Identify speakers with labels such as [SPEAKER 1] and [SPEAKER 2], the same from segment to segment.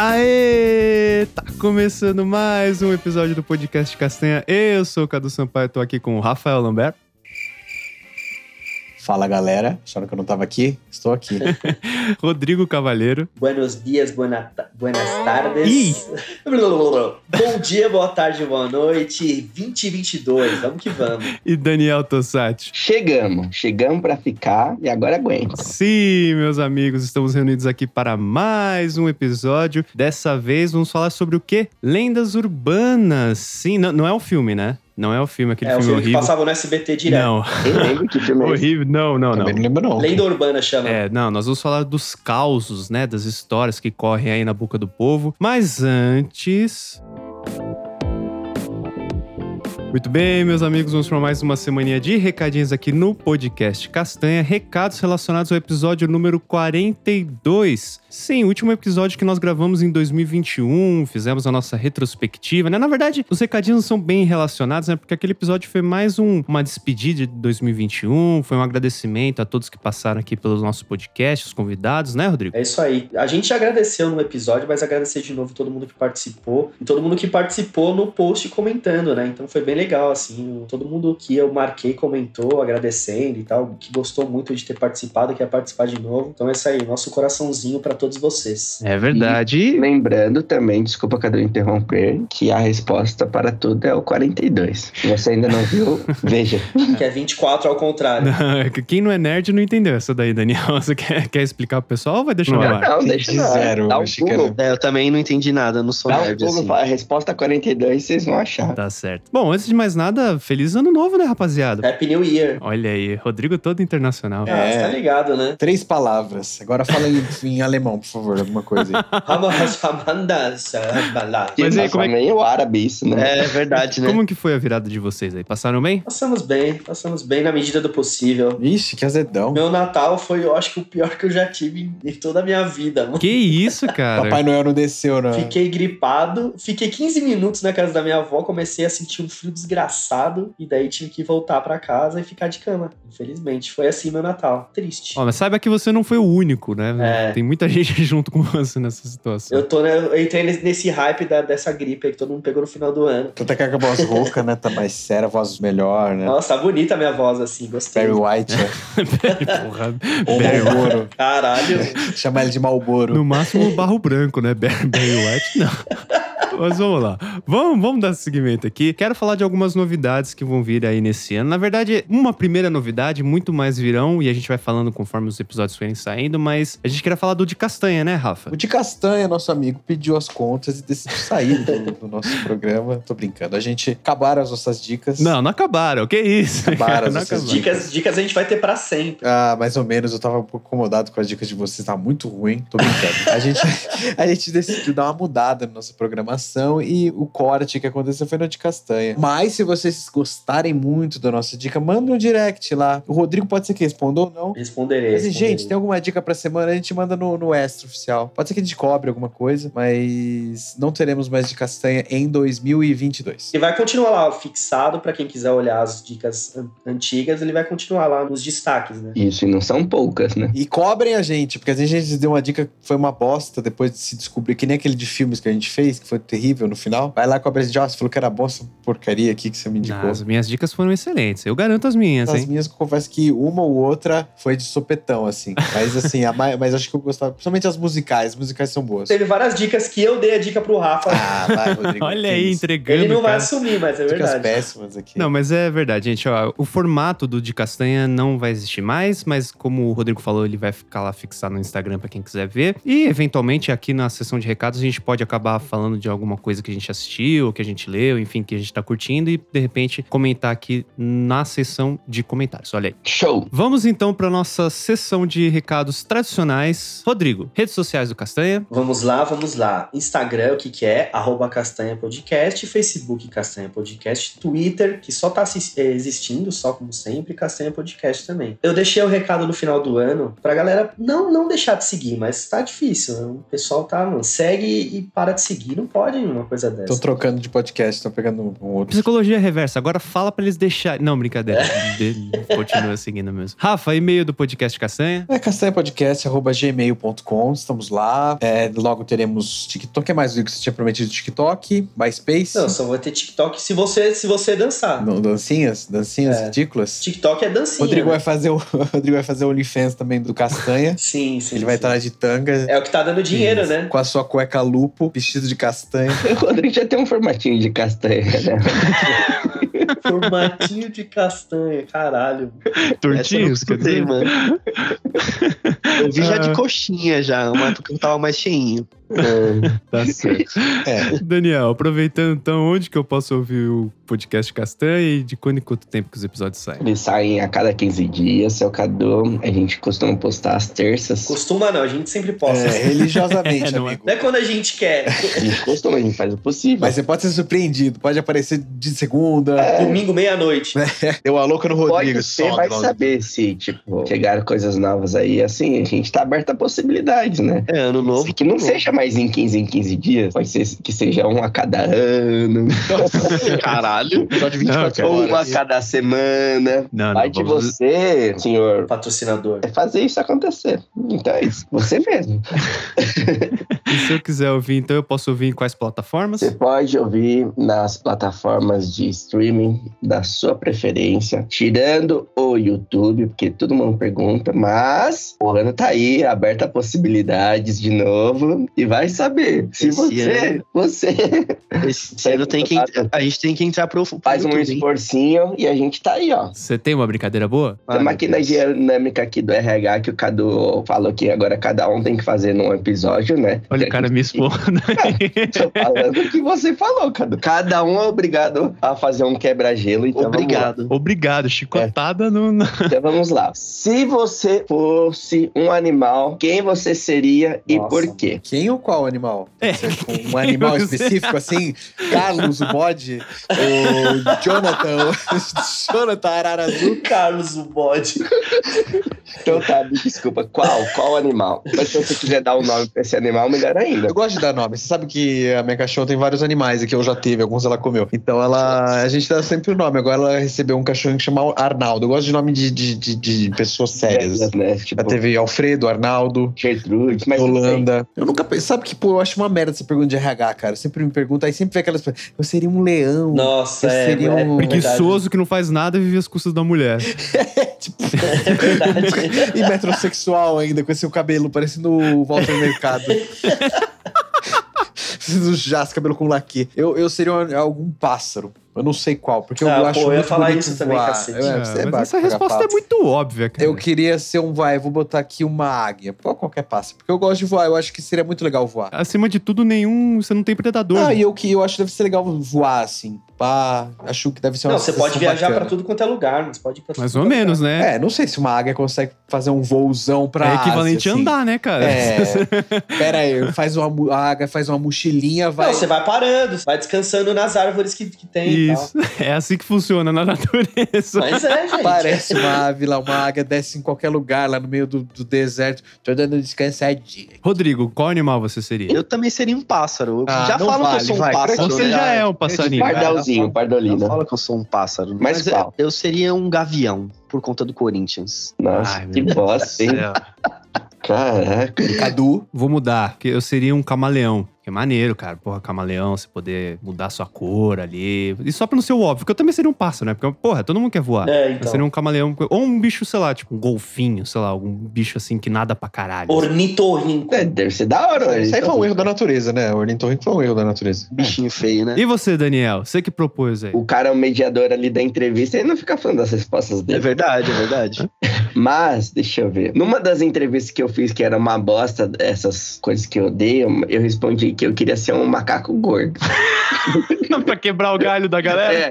[SPEAKER 1] Aê! Tá começando mais um episódio do Podcast Castanha. Eu sou o Cadu Sampaio, tô aqui com o Rafael Lambert.
[SPEAKER 2] Fala galera, acharam que eu não tava aqui? Estou aqui.
[SPEAKER 1] Rodrigo Cavalheiro.
[SPEAKER 3] Buenos dias, buena ta- buenas tardes.
[SPEAKER 1] Ih!
[SPEAKER 3] Bom dia, boa tarde, boa noite. 2022, vamos que vamos.
[SPEAKER 1] E Daniel Tossati.
[SPEAKER 4] Chegamos, chegamos pra ficar e agora aguenta.
[SPEAKER 1] Sim, meus amigos, estamos reunidos aqui para mais um episódio. Dessa vez vamos falar sobre o quê? Lendas urbanas. Sim, não, não é o filme, né? Não é o filme, aquele
[SPEAKER 3] é o
[SPEAKER 1] filme,
[SPEAKER 3] filme que
[SPEAKER 1] horrível.
[SPEAKER 3] passava no SBT direto.
[SPEAKER 1] não,
[SPEAKER 4] Nem lembro que filme é esse.
[SPEAKER 1] horrível. Não, não, não.
[SPEAKER 2] Também não lembro não.
[SPEAKER 3] Lenda Urbana chama.
[SPEAKER 1] É, não, nós vamos falar dos causos, né? Das histórias que correm aí na boca do povo. Mas antes. Muito bem, meus amigos, vamos para mais uma semaninha de recadinhos aqui no podcast Castanha. Recados relacionados ao episódio número 42. Sim, o último episódio que nós gravamos em 2021, fizemos a nossa retrospectiva, né? Na verdade, os recadinhos são bem relacionados, né? Porque aquele episódio foi mais um- uma despedida de 2021, foi um agradecimento a todos que passaram aqui pelo nosso podcast, os convidados, né, Rodrigo?
[SPEAKER 3] É isso aí. A gente agradeceu no episódio, mas agradecer de novo todo mundo que participou e todo mundo que participou no post comentando, né? Então foi bem legal, assim. o- Todo mundo que eu marquei comentou, agradecendo e tal, que gostou muito de ter participado, quer participar de novo. Então é isso aí. Nosso coraçãozinho pra todos vocês.
[SPEAKER 1] É
[SPEAKER 4] verdade. Lembrando também, desculpa Cadu interromper, que a resposta para tudo é o 42. Se você ainda não viu, veja.
[SPEAKER 3] Que é 24 ao contrário.
[SPEAKER 1] Não, Quem não é nerd não entendeu essa daí, Daniel. Você quer, quer explicar pro pessoal ou vai deixar no
[SPEAKER 2] Não,
[SPEAKER 1] ar?
[SPEAKER 4] Não,
[SPEAKER 2] deixa no ar.
[SPEAKER 4] zero. Dá um
[SPEAKER 2] Achei que era-
[SPEAKER 4] pulo.
[SPEAKER 5] É, eu também não entendi nada, não sou
[SPEAKER 4] Dá um
[SPEAKER 5] nerd,
[SPEAKER 4] pulo,
[SPEAKER 5] assim.
[SPEAKER 4] fala, a resposta 42 vocês vão achar.
[SPEAKER 1] Tá certo. Bom, antes de mais nada, feliz ano novo, né, rapaziada?
[SPEAKER 3] Happy New Year.
[SPEAKER 1] Olha aí, Rodrigo todo internacional.
[SPEAKER 2] É.
[SPEAKER 3] Ah, você tá ligado, né?
[SPEAKER 2] Três palavras. Agora fala em, em alemão, por favor, alguma coisa aí.
[SPEAKER 3] Hamas, Hamandas, Hambalá.
[SPEAKER 1] Mas aí,
[SPEAKER 4] Nossa,
[SPEAKER 1] como é que-
[SPEAKER 4] meio árabe isso, né?
[SPEAKER 5] É verdade, né?
[SPEAKER 1] Como que foi a virada de vocês aí? Passaram bem?
[SPEAKER 3] Passamos bem, passamos bem na medida do possível.
[SPEAKER 2] Ixi, que azedão.
[SPEAKER 3] Meu Natal foi, eu acho que o pior que eu já tive em toda a minha vida, mano.
[SPEAKER 1] Que isso, cara?
[SPEAKER 2] Papai Noel não desceu, né? não.
[SPEAKER 3] Fiquei gripado, fiquei 15 minutos na casa da minha avó, comecei a sentir um frio desgraçado e daí tive que voltar pra casa e ficar de cama. Infelizmente, foi assim meu Natal. Triste.
[SPEAKER 1] Ó, mas saiba que você não foi o único, né?
[SPEAKER 3] É.
[SPEAKER 1] Tem muita gente junto com você nessa situação.
[SPEAKER 3] Eu tô, né, eu entrei nesse- nesse hype da- dessa gripe aí que todo mundo pegou no final do ano.
[SPEAKER 2] Tanto que acabou as roucas, né? Tá mais séria, a voz melhor, né?
[SPEAKER 3] Nossa, tá bonita a minha voz assim, gostei.
[SPEAKER 2] Barry White, né?
[SPEAKER 1] Porra.
[SPEAKER 2] Ou
[SPEAKER 1] Barry
[SPEAKER 2] Malboro.
[SPEAKER 3] Caralho.
[SPEAKER 2] Chama ele de Malboro.
[SPEAKER 1] No máximo o barro branco, né? Barry Barry White, não. Mas vamos lá. Vamos, vamos dar seguimento aqui. Quero falar de algumas novidades que vão vir aí nesse ano. Na verdade, uma primeira novidade, muito mais virão, e a gente vai falando conforme os episódios forem saindo, mas a gente queria falar do de castanha, né, Rafa?
[SPEAKER 2] O de Castanha, nosso amigo, pediu as contas e decidiu sair do, do nosso programa. Tô brincando. A gente acabaram as nossas dicas.
[SPEAKER 1] Não, não acabaram. Que isso?
[SPEAKER 2] Acabaram
[SPEAKER 1] cara, não
[SPEAKER 2] essas
[SPEAKER 1] acabaram.
[SPEAKER 3] Dicas, dicas a gente vai ter pra sempre.
[SPEAKER 2] Ah, mais ou menos. Eu tava um pouco incomodado com as dicas de vocês. Tá muito ruim. Tô brincando. A gente, a gente decidiu dar uma mudada na nossa programação e o corte que aconteceu foi no de castanha. Mas se vocês gostarem muito da nossa dica, manda um direct lá. O Rodrigo pode ser que responda ou não.
[SPEAKER 3] Responderei.
[SPEAKER 2] Mas,
[SPEAKER 3] responderei.
[SPEAKER 2] gente, tem um- alguma dica pra semana? A gente manda no, no extra oficial. Pode ser que a gente cobre alguma coisa, mas não teremos mais de castanha em 2022.
[SPEAKER 3] E vai continuar lá fixado pra quem quiser olhar as dicas an- antigas, ele vai continuar lá nos destaques, né?
[SPEAKER 4] Isso, e não são poucas, né?
[SPEAKER 2] E cobrem a gente, porque às vezes a gente deu uma dica que foi uma bosta depois de se descobrir, que nem aquele de filmes que a gente fez, que foi terrível no final. Vai lá cobre a gente, ó, você falou que era bom essa porcaria aqui que você me indicou.
[SPEAKER 1] Não, é assim? as minhas dicas foram excelentes. Eu garanto as minhas,
[SPEAKER 2] As
[SPEAKER 1] hein?
[SPEAKER 2] minhas, eu confesso que uma ou outra foi de sopetão, assim. Mas assim, a mai- mas acho que eu gostava, principalmente as musicais, as musicais são boas.
[SPEAKER 3] Teve várias dicas que eu dei a dica pro Rafa.
[SPEAKER 2] Ah, vai, Rodrigo.
[SPEAKER 1] Olha
[SPEAKER 2] que
[SPEAKER 1] aí,
[SPEAKER 2] isso.
[SPEAKER 1] entregando.
[SPEAKER 3] ele não vai
[SPEAKER 1] cara.
[SPEAKER 3] assumir, mas é
[SPEAKER 2] Dicas
[SPEAKER 3] verdade.
[SPEAKER 2] péssimas aqui.
[SPEAKER 1] Não, mas é verdade, gente. Ó, o formato do de castanha não vai existir mais, mas como o Rodrigo falou, ele vai ficar lá fixado no Instagram pra quem quiser ver. E eventualmente aqui na sessão de recados a gente pode acabar falando de alguma coisa que a gente assistiu, que a gente leu, enfim, que a gente tá curtindo e de repente comentar aqui na sessão de comentários. Olha aí.
[SPEAKER 4] Show!
[SPEAKER 1] Vamos então pra nossa sessão de recados tradicionais. Rodrigo, redes sociais do Castanha.
[SPEAKER 3] Vamos lá, vamos lá. Instagram, o que que é? Arroba Castanha Podcast, Facebook Castanha Podcast, Twitter, que só tá assis- eh, existindo, só como sempre, Castanha Podcast também. Eu deixei o recado no final do ano pra galera não, não deixar de seguir, mas tá difícil. né? O pessoal tá, mano, segue e para de seguir. Não pode fazem uma coisa dessa.
[SPEAKER 2] Tô trocando de podcast, tô pegando um outro.
[SPEAKER 1] Psicologia reversa. Agora fala pra eles deixarem. Não, brincadeira. De- Continua seguindo mesmo. Rafa, e-mail do podcast Castanha.
[SPEAKER 2] É castanhapodcast.gmail.com, estamos lá. É, logo teremos TikTok. O que mais, Igor, que você tinha prometido? TikTok, MySpace,
[SPEAKER 3] Não, só vai ter TikTok se você, se você dançar.
[SPEAKER 2] não, dancinhas, dancinhas
[SPEAKER 3] É.
[SPEAKER 2] ridículas.
[SPEAKER 3] TikTok é dancinha.
[SPEAKER 2] Rodrigo
[SPEAKER 3] né?
[SPEAKER 2] vai fazer o Rodrigo vai fazer o OnlyFans também do Castanha.
[SPEAKER 3] Sim, sim.
[SPEAKER 2] Ele vai
[SPEAKER 3] sim.
[SPEAKER 2] estar de tanga,
[SPEAKER 3] É o que tá dando dinheiro,
[SPEAKER 2] Isso.
[SPEAKER 3] né?
[SPEAKER 2] com a sua cueca lupo, vestido de castanha.
[SPEAKER 4] O Rodrigo já tem um formatinho de castanha, né?
[SPEAKER 3] Formatinho de castanha, caralho.
[SPEAKER 5] Essa eu não
[SPEAKER 1] Tortinhos, quer
[SPEAKER 5] escutei,
[SPEAKER 1] dizer?
[SPEAKER 5] mano. Eu vi já
[SPEAKER 1] Ah.
[SPEAKER 5] de coxinha já, uma época que eu tava mais cheinho.
[SPEAKER 4] né?
[SPEAKER 1] Tá certo.
[SPEAKER 2] É.
[SPEAKER 1] Daniel, aproveitando então, onde que eu posso ouvir o podcast Castanha e de quando em quanto tempo que os episódios saem?
[SPEAKER 4] Eles saem a cada 15 dias, seu Cadu. A gente costuma postar às terças.
[SPEAKER 3] Costuma não, a gente sempre posta.
[SPEAKER 2] É, religiosamente,
[SPEAKER 1] É, não é.
[SPEAKER 2] amigo.
[SPEAKER 3] Não é quando a gente quer.
[SPEAKER 4] A gente costuma, a gente faz o possível.
[SPEAKER 2] Mas você pode ser surpreendido, pode aparecer de
[SPEAKER 5] É.
[SPEAKER 2] segunda.
[SPEAKER 3] Domingo, meia-noite.
[SPEAKER 5] Deu a louca no
[SPEAKER 4] Pode
[SPEAKER 5] Rodrigo,
[SPEAKER 4] ser,
[SPEAKER 5] só.
[SPEAKER 4] vai saber se, tipo, chegaram coisas novas aí. Assim, a gente tá aberto a possibilidades, né?
[SPEAKER 5] É, ano novo.
[SPEAKER 4] Que não
[SPEAKER 5] ano
[SPEAKER 4] seja mais em 15 em 15 dias, pode ser que seja um a cada ano,
[SPEAKER 5] novo. Caralho. Só de 24
[SPEAKER 1] Não, Ah,
[SPEAKER 4] ou um a
[SPEAKER 5] horas.
[SPEAKER 4] cada semana.
[SPEAKER 1] Não,
[SPEAKER 4] Vai de você, senhor,
[SPEAKER 3] Patrocinador.
[SPEAKER 4] é fazer isso acontecer. Então é isso, você mesmo.
[SPEAKER 1] E se eu quiser ouvir, então eu posso ouvir em quais plataformas?
[SPEAKER 4] Você pode ouvir nas plataformas de streaming da sua preferência, tirando o YouTube, porque todo mundo pergunta, mas o ano tá aí, aberta a possibilidades de novo, e vai saber se
[SPEAKER 5] Esse
[SPEAKER 4] você,
[SPEAKER 5] ano-
[SPEAKER 4] você
[SPEAKER 5] Esse ano tem que entrar- a gente tem que entrar pro pro
[SPEAKER 4] faz um
[SPEAKER 5] YouTube, hein?
[SPEAKER 4] esforcinho e a gente tá aí, ó.
[SPEAKER 1] Você tem uma brincadeira boa?
[SPEAKER 5] Ai,
[SPEAKER 4] Estamos
[SPEAKER 5] meu
[SPEAKER 4] aqui na
[SPEAKER 5] Deus.
[SPEAKER 4] dinâmica aqui do RH que o Cadu falou que agora cada um tem que fazer num episódio, né?
[SPEAKER 1] Olha o cara me expondo.
[SPEAKER 4] Tô falando o que você falou, Cadu. Cada um é obrigado a fazer um quebra-gelo. Então vamos lá.
[SPEAKER 5] Obrigado.
[SPEAKER 1] Obrigado, chicotada no. no-
[SPEAKER 4] Então vamos lá. Se você fosse um animal, quem você seria e
[SPEAKER 3] Nossa.
[SPEAKER 4] por quê?
[SPEAKER 2] Quem ou qual animal?
[SPEAKER 1] É,
[SPEAKER 2] Você-
[SPEAKER 1] quem
[SPEAKER 2] Um animal
[SPEAKER 1] você-
[SPEAKER 2] específico, assim? Carlos, o bode? O Jonathan? O Jonathan Ararazu?
[SPEAKER 3] O Carlos, o bode.
[SPEAKER 4] Então tá, me desculpa. Qual? Qual animal? Mas se você quiser dar o nome pra esse animal, melhor ainda.
[SPEAKER 2] Eu gosto de dar nome. Você sabe que a minha cachorra tem vários animais aqui, eu já teve, alguns ela comeu. Então ela. A gente dá sempre o nome. Agora ela recebeu um cachorro que chama Arnaldo. Eu gosto de nome de, de, de, de pessoas sérias.
[SPEAKER 4] Dessas, né?
[SPEAKER 2] Já
[SPEAKER 4] Tipo,
[SPEAKER 2] teve Alfredo, Arnaldo.
[SPEAKER 4] Gertrude, mas não sei.
[SPEAKER 2] Holanda. Eu nunca. pe- Sabe que, pô, eu acho uma merda essa pergunta de RH, cara. Eu sempre me pergunta, aí sempre vem aquelas. pe- Eu seria um leão.
[SPEAKER 3] Nossa,
[SPEAKER 2] Esse
[SPEAKER 3] é,
[SPEAKER 2] seria
[SPEAKER 3] é
[SPEAKER 2] um-
[SPEAKER 3] verdade.
[SPEAKER 1] Preguiçoso que não faz nada e vive às custas da mulher.
[SPEAKER 2] Tipo,
[SPEAKER 3] É verdade.
[SPEAKER 2] e metrosexual ainda, com esse cabelo parecendo o Walter Mercado. Parecendo o Jazz, cabelo com laque. Eu, eu seria um- algum pássaro. Eu não sei qual, porque eu
[SPEAKER 3] Ah, pô,
[SPEAKER 2] acho
[SPEAKER 3] eu ia
[SPEAKER 2] muito
[SPEAKER 3] falar
[SPEAKER 2] bonito
[SPEAKER 3] isso também,
[SPEAKER 2] voar.
[SPEAKER 3] cacete.
[SPEAKER 2] Eu-
[SPEAKER 1] Ah,
[SPEAKER 2] é,
[SPEAKER 1] mas
[SPEAKER 2] você é babaca,
[SPEAKER 1] essa resposta é
[SPEAKER 2] pato.
[SPEAKER 1] muito óbvia, cara.
[SPEAKER 2] Eu queria ser um vai, vou botar aqui uma águia. Pô, qualquer pássaro. Porque eu gosto de voar, eu acho que seria muito legal voar.
[SPEAKER 1] Acima de tudo, nenhum. Você não tem predador.
[SPEAKER 2] Ah,
[SPEAKER 1] né?
[SPEAKER 2] e eu que eu acho que deve ser legal voar, assim. Pá, acho que deve ser uma
[SPEAKER 3] Não, você pode
[SPEAKER 2] sensação
[SPEAKER 3] viajar
[SPEAKER 2] bacana.
[SPEAKER 3] pra tudo quanto é lugar, mas pode ir pra
[SPEAKER 1] Mais
[SPEAKER 3] tudo
[SPEAKER 1] ou
[SPEAKER 3] quanto é
[SPEAKER 1] menos, né?
[SPEAKER 2] É, não sei se uma águia consegue fazer um voozão pra.
[SPEAKER 1] É equivalente
[SPEAKER 2] Ásia,
[SPEAKER 1] a
[SPEAKER 2] assim.
[SPEAKER 1] andar, né, cara?
[SPEAKER 2] É. Pera aí, faz uma, mu- a águia faz uma mochilinha, vai.
[SPEAKER 3] Não, você vai parando, vai descansando nas árvores que, que tem e tal.
[SPEAKER 1] Isso. É assim que funciona na natureza.
[SPEAKER 3] Mas é, gente.
[SPEAKER 2] Parece uma ave lá, uma águia desce em qualquer lugar, lá no meio do, do deserto. Tô dando descansadinha.
[SPEAKER 1] Rodrigo, qual animal você seria?
[SPEAKER 5] Eu também seria um pássaro. Eu
[SPEAKER 2] Ah,
[SPEAKER 5] já
[SPEAKER 2] não
[SPEAKER 5] falam que
[SPEAKER 2] vale,
[SPEAKER 5] eu sou um
[SPEAKER 2] vai,
[SPEAKER 5] pássaro.
[SPEAKER 1] Você
[SPEAKER 5] né?
[SPEAKER 1] já é um passarinho.
[SPEAKER 4] Pardalzinho,
[SPEAKER 5] Não
[SPEAKER 4] pardolina.
[SPEAKER 5] fala que eu sou um pássaro.
[SPEAKER 4] Mas
[SPEAKER 5] Mas,
[SPEAKER 4] qual?
[SPEAKER 5] eu, eu seria um gavião, por conta do Corinthians.
[SPEAKER 4] Nossa,
[SPEAKER 1] Ai,
[SPEAKER 4] que
[SPEAKER 1] meu
[SPEAKER 4] bosta, hein?
[SPEAKER 1] né?
[SPEAKER 4] Caraca.
[SPEAKER 2] Cadu.
[SPEAKER 1] Vou mudar, porque eu seria um camaleão. Que é maneiro, cara. Porra, camaleão, você poder mudar sua cor ali. E só pra não ser o óbvio, porque eu também seria um pássaro, né? Porque, porra, todo mundo quer voar.
[SPEAKER 3] É,
[SPEAKER 1] Eu seria
[SPEAKER 3] então.
[SPEAKER 1] um camaleão. Ou um bicho, sei lá, tipo um golfinho, sei lá, algum bicho assim que nada pra caralho.
[SPEAKER 3] Ornitorrinco.
[SPEAKER 4] É, Deve ser da hora, velho.
[SPEAKER 2] Isso
[SPEAKER 3] tá
[SPEAKER 2] aí foi um
[SPEAKER 4] Então,
[SPEAKER 2] erro da natureza, né? O ornitorrinco foi um erro da natureza.
[SPEAKER 5] Bichinho feio, né?
[SPEAKER 1] E você, Daniel? Você que propôs aí.
[SPEAKER 4] O cara é o mediador ali da entrevista e não fica falando das respostas
[SPEAKER 5] É
[SPEAKER 4] dele.
[SPEAKER 5] verdade, é verdade.
[SPEAKER 4] Mas, deixa eu ver. Numa das entrevistas que eu fiz, que era uma bosta, essas coisas que eu odeio, eu respondi que eu queria ser um macaco gordo.
[SPEAKER 1] pra quebrar o galho da galera?
[SPEAKER 4] É,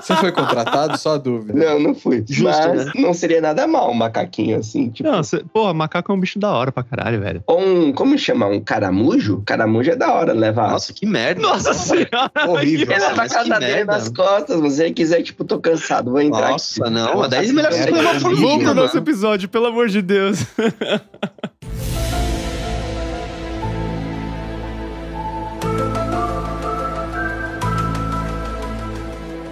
[SPEAKER 2] Você foi contratado? Só a dúvida.
[SPEAKER 4] não, não fui.
[SPEAKER 5] Justo,
[SPEAKER 4] Mas
[SPEAKER 5] né?
[SPEAKER 4] não seria nada mal um macaquinho assim, tipo.
[SPEAKER 1] Não, você, porra, macaco é um bicho da hora pra caralho, velho.
[SPEAKER 4] Ou um, como chama? Um caramujo? Caramujo é da hora, leva.
[SPEAKER 5] Nossa, que merda.
[SPEAKER 1] senhora!
[SPEAKER 2] Horrível.
[SPEAKER 4] Ele leva a
[SPEAKER 5] mas que
[SPEAKER 4] cadeira
[SPEAKER 5] merda.
[SPEAKER 4] nas costas, mas se ele quiser, tipo, tô cansado, vou entrar
[SPEAKER 5] Nossa,
[SPEAKER 4] aqui.
[SPEAKER 5] não.
[SPEAKER 4] Nossa,
[SPEAKER 5] Mas daí
[SPEAKER 4] que
[SPEAKER 5] é melhor
[SPEAKER 4] merda.
[SPEAKER 5] escolher uma
[SPEAKER 1] Vamos pro
[SPEAKER 5] formiga,
[SPEAKER 1] nosso
[SPEAKER 5] mano.
[SPEAKER 1] episódio, pelo amor de Deus.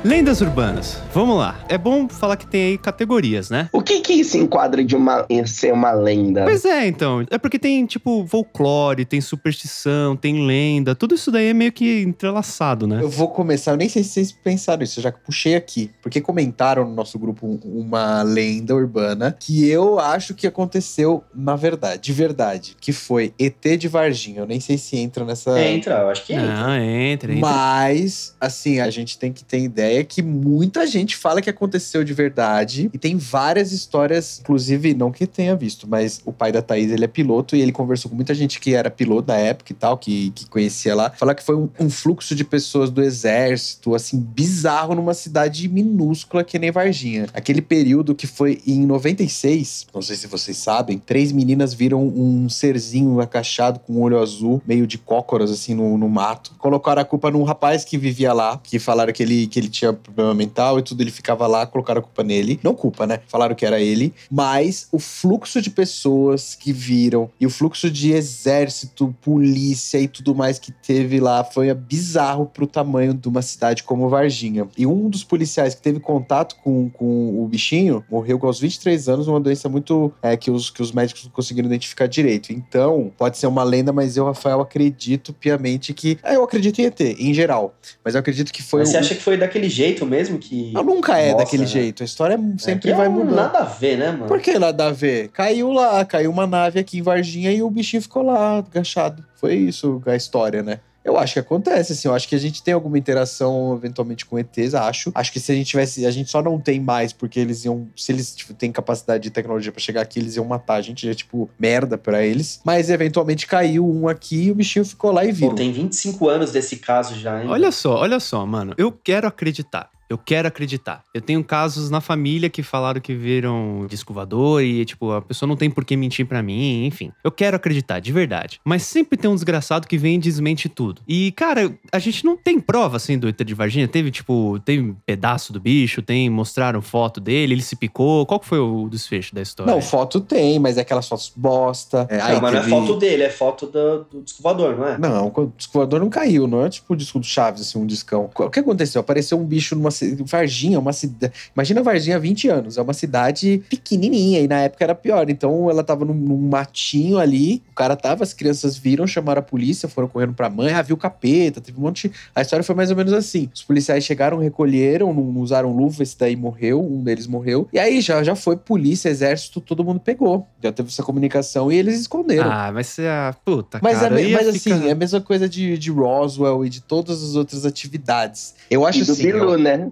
[SPEAKER 1] Lendas urbanas. Vamos lá. É bom falar que tem aí categorias, né?
[SPEAKER 4] O que que se enquadra de uma, em ser uma lenda?
[SPEAKER 1] Pois é, então. É porque tem, tipo, folclore, tem superstição, tem lenda. Tudo isso daí é meio que entrelaçado, né?
[SPEAKER 2] Eu vou começar, eu nem sei se vocês pensaram isso, eu já puxei aqui. Porque comentaram no nosso grupo um- uma lenda urbana que eu acho que aconteceu na verdade, de verdade, que foi ET de Varginha. Eu nem sei se entra nessa.
[SPEAKER 3] Entra, eu acho que entra.
[SPEAKER 1] Não, entra, entra.
[SPEAKER 2] Mas, assim, a gente tem que ter ideia que muita gente fala que aconteceu de verdade. E tem várias histórias, inclusive, não que tenha visto, mas o pai da Thaís, ele é piloto e ele conversou com muita gente que era piloto na época e tal, que, que conhecia lá. Fala que foi um, um fluxo de pessoas do exército, assim, bizarro numa cidade minúscula que nem Varginha. Aquele período que foi em 96, não sei se vocês sabem, três meninas viram um serzinho acachado com um olho azul, meio de cócoras, assim, no, no mato. Colocaram a culpa num rapaz que vivia lá, que falaram que ele, que ele tinha problema mental e tudo, ele ficava lá, colocaram a culpa nele. Não culpa, né? Falaram que era ele. Mas o fluxo de pessoas que viram e o fluxo de exército, polícia e tudo mais que teve lá foi bizarro pro tamanho de uma cidade como Varginha. E um dos policiais que teve contato com, com o bichinho morreu com aos 23 anos, uma doença muito é, que, os, que os médicos não conseguiram identificar direito. Então, pode ser uma lenda, mas eu, Rafael, acredito piamente que. é, Eu acredito em ET, em geral. Mas eu acredito que foi.
[SPEAKER 3] Mas você
[SPEAKER 2] o-
[SPEAKER 3] acha que foi daquele jeito mesmo que.
[SPEAKER 2] Ela nunca é
[SPEAKER 3] Mostra,
[SPEAKER 2] daquele
[SPEAKER 3] né?
[SPEAKER 2] jeito. A história sempre
[SPEAKER 3] É que
[SPEAKER 2] vai
[SPEAKER 3] é um
[SPEAKER 2] mudando.
[SPEAKER 3] Nada a ver, né, mano?
[SPEAKER 2] Por que nada a ver? Caiu lá, caiu uma nave aqui em Varginha e o bichinho ficou lá, agachado. Foi isso a história, né? Eu acho que acontece, assim. Eu acho que a gente tem alguma interação eventualmente com ETs, acho. Acho que se a gente tivesse. A gente só não tem mais, porque eles iam. Se eles tipo, têm capacidade de tecnologia pra chegar aqui, eles iam matar a gente. É tipo merda pra eles. Mas eventualmente caiu um aqui e o bichinho ficou lá e
[SPEAKER 3] Pô,
[SPEAKER 2] viu.
[SPEAKER 3] tem 25 anos desse caso já, hein?
[SPEAKER 1] Olha só, olha só, mano. Eu quero acreditar. Eu quero acreditar. Eu tenho casos na família que falaram que viram disco voador e, tipo, a pessoa não tem por que mentir pra mim, enfim. Eu quero acreditar, de verdade. Mas sempre tem um desgraçado que vem e desmente tudo. E, cara, a gente não tem prova, assim, do ET de Varginha. Teve, tipo, tem pedaço do bicho, tem, mostraram foto dele, ele se picou. Qual que foi o desfecho da história?
[SPEAKER 2] Não, foto tem, mas é aquelas fotos bosta. É, aí
[SPEAKER 3] Não, mas não é
[SPEAKER 2] teve-
[SPEAKER 3] foto dele, é foto do, do descovador, não é?
[SPEAKER 2] Não, o disco voador não caiu, não é tipo o disco do Chaves, assim, um discão. O que aconteceu? Apareceu um bicho numa ci- Varginha, uma cidade. Imagina Varginha há 20 anos, é uma cidade pequenininha e na época era pior. Então ela tava num, num matinho ali, o cara tava, as crianças viram, chamaram a polícia, foram correndo pra mãe, ah, viu o capeta, teve um monte. A história foi mais ou menos assim. Os policiais chegaram, recolheram, não usaram luva, esse daí morreu, um deles morreu. E aí já, já foi polícia, exército, todo mundo pegou. Já teve essa comunicação e eles esconderam.
[SPEAKER 1] Ah, vai ser a puta,
[SPEAKER 2] Mas,
[SPEAKER 1] cara.
[SPEAKER 2] é, me-
[SPEAKER 1] aí
[SPEAKER 2] mas
[SPEAKER 1] fica-
[SPEAKER 2] assim, é a mesma coisa de, de Roswell e de todas as outras atividades. Eu
[SPEAKER 4] E
[SPEAKER 2] acho
[SPEAKER 4] do
[SPEAKER 2] assim.
[SPEAKER 4] Bilu, né?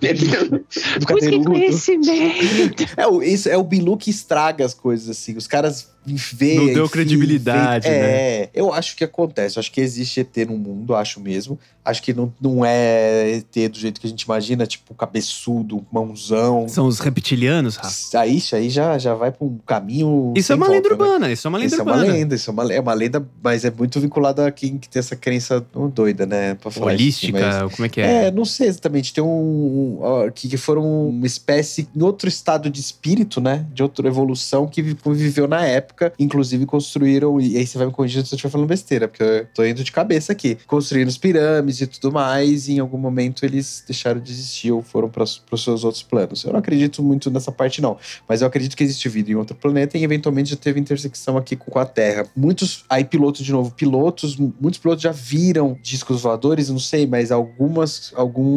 [SPEAKER 4] Bilu.
[SPEAKER 2] ó, do cabeludo.
[SPEAKER 4] conhecimento.
[SPEAKER 2] é, o, isso, é o Bilu que estraga as coisas, assim. Os caras veem.
[SPEAKER 1] Não deu
[SPEAKER 2] enfiam,
[SPEAKER 1] credibilidade,
[SPEAKER 2] inventam.
[SPEAKER 1] né?
[SPEAKER 2] É, eu acho que acontece. Eu acho que existe ET no mundo, eu acho mesmo. Acho que não, não é ET do jeito que a gente imagina, tipo, cabeçudo, mãozão.
[SPEAKER 1] São os reptilianos, Rafa.
[SPEAKER 2] Aí, isso aí já, já vai pra um caminho.
[SPEAKER 1] Tá. Isso é
[SPEAKER 2] sem
[SPEAKER 1] uma
[SPEAKER 2] volta,
[SPEAKER 1] lenda
[SPEAKER 2] né?
[SPEAKER 1] urbana, isso é uma lenda
[SPEAKER 2] Isso é uma
[SPEAKER 1] urbana.
[SPEAKER 2] lenda, isso é uma, é uma lenda, mas é muito vinculada a quem que tem essa crença oh, doida, né? Pra falar isso,
[SPEAKER 1] holística,
[SPEAKER 2] mas-
[SPEAKER 1] como é que é?
[SPEAKER 2] É, não sei exatamente. Tem um. um, ó, que, que foram uma espécie em outro estado de espírito, né? De outra evolução que vi- viveu na época. Inclusive construíram. E aí você vai me corrigindo se eu estiver falando besteira, porque eu tô indo de cabeça aqui. Construíram as pirâmides e tudo mais. E em algum momento eles deixaram de existir ou foram para os seus outros planos. Eu não acredito muito nessa parte, não. Mas eu acredito que existe vida em outro planeta e eventualmente já teve intersecção aqui com com a Terra. Muitos, aí pilotos de novo, pilotos, muitos pilotos já viram discos voadores, não sei, mas algumas,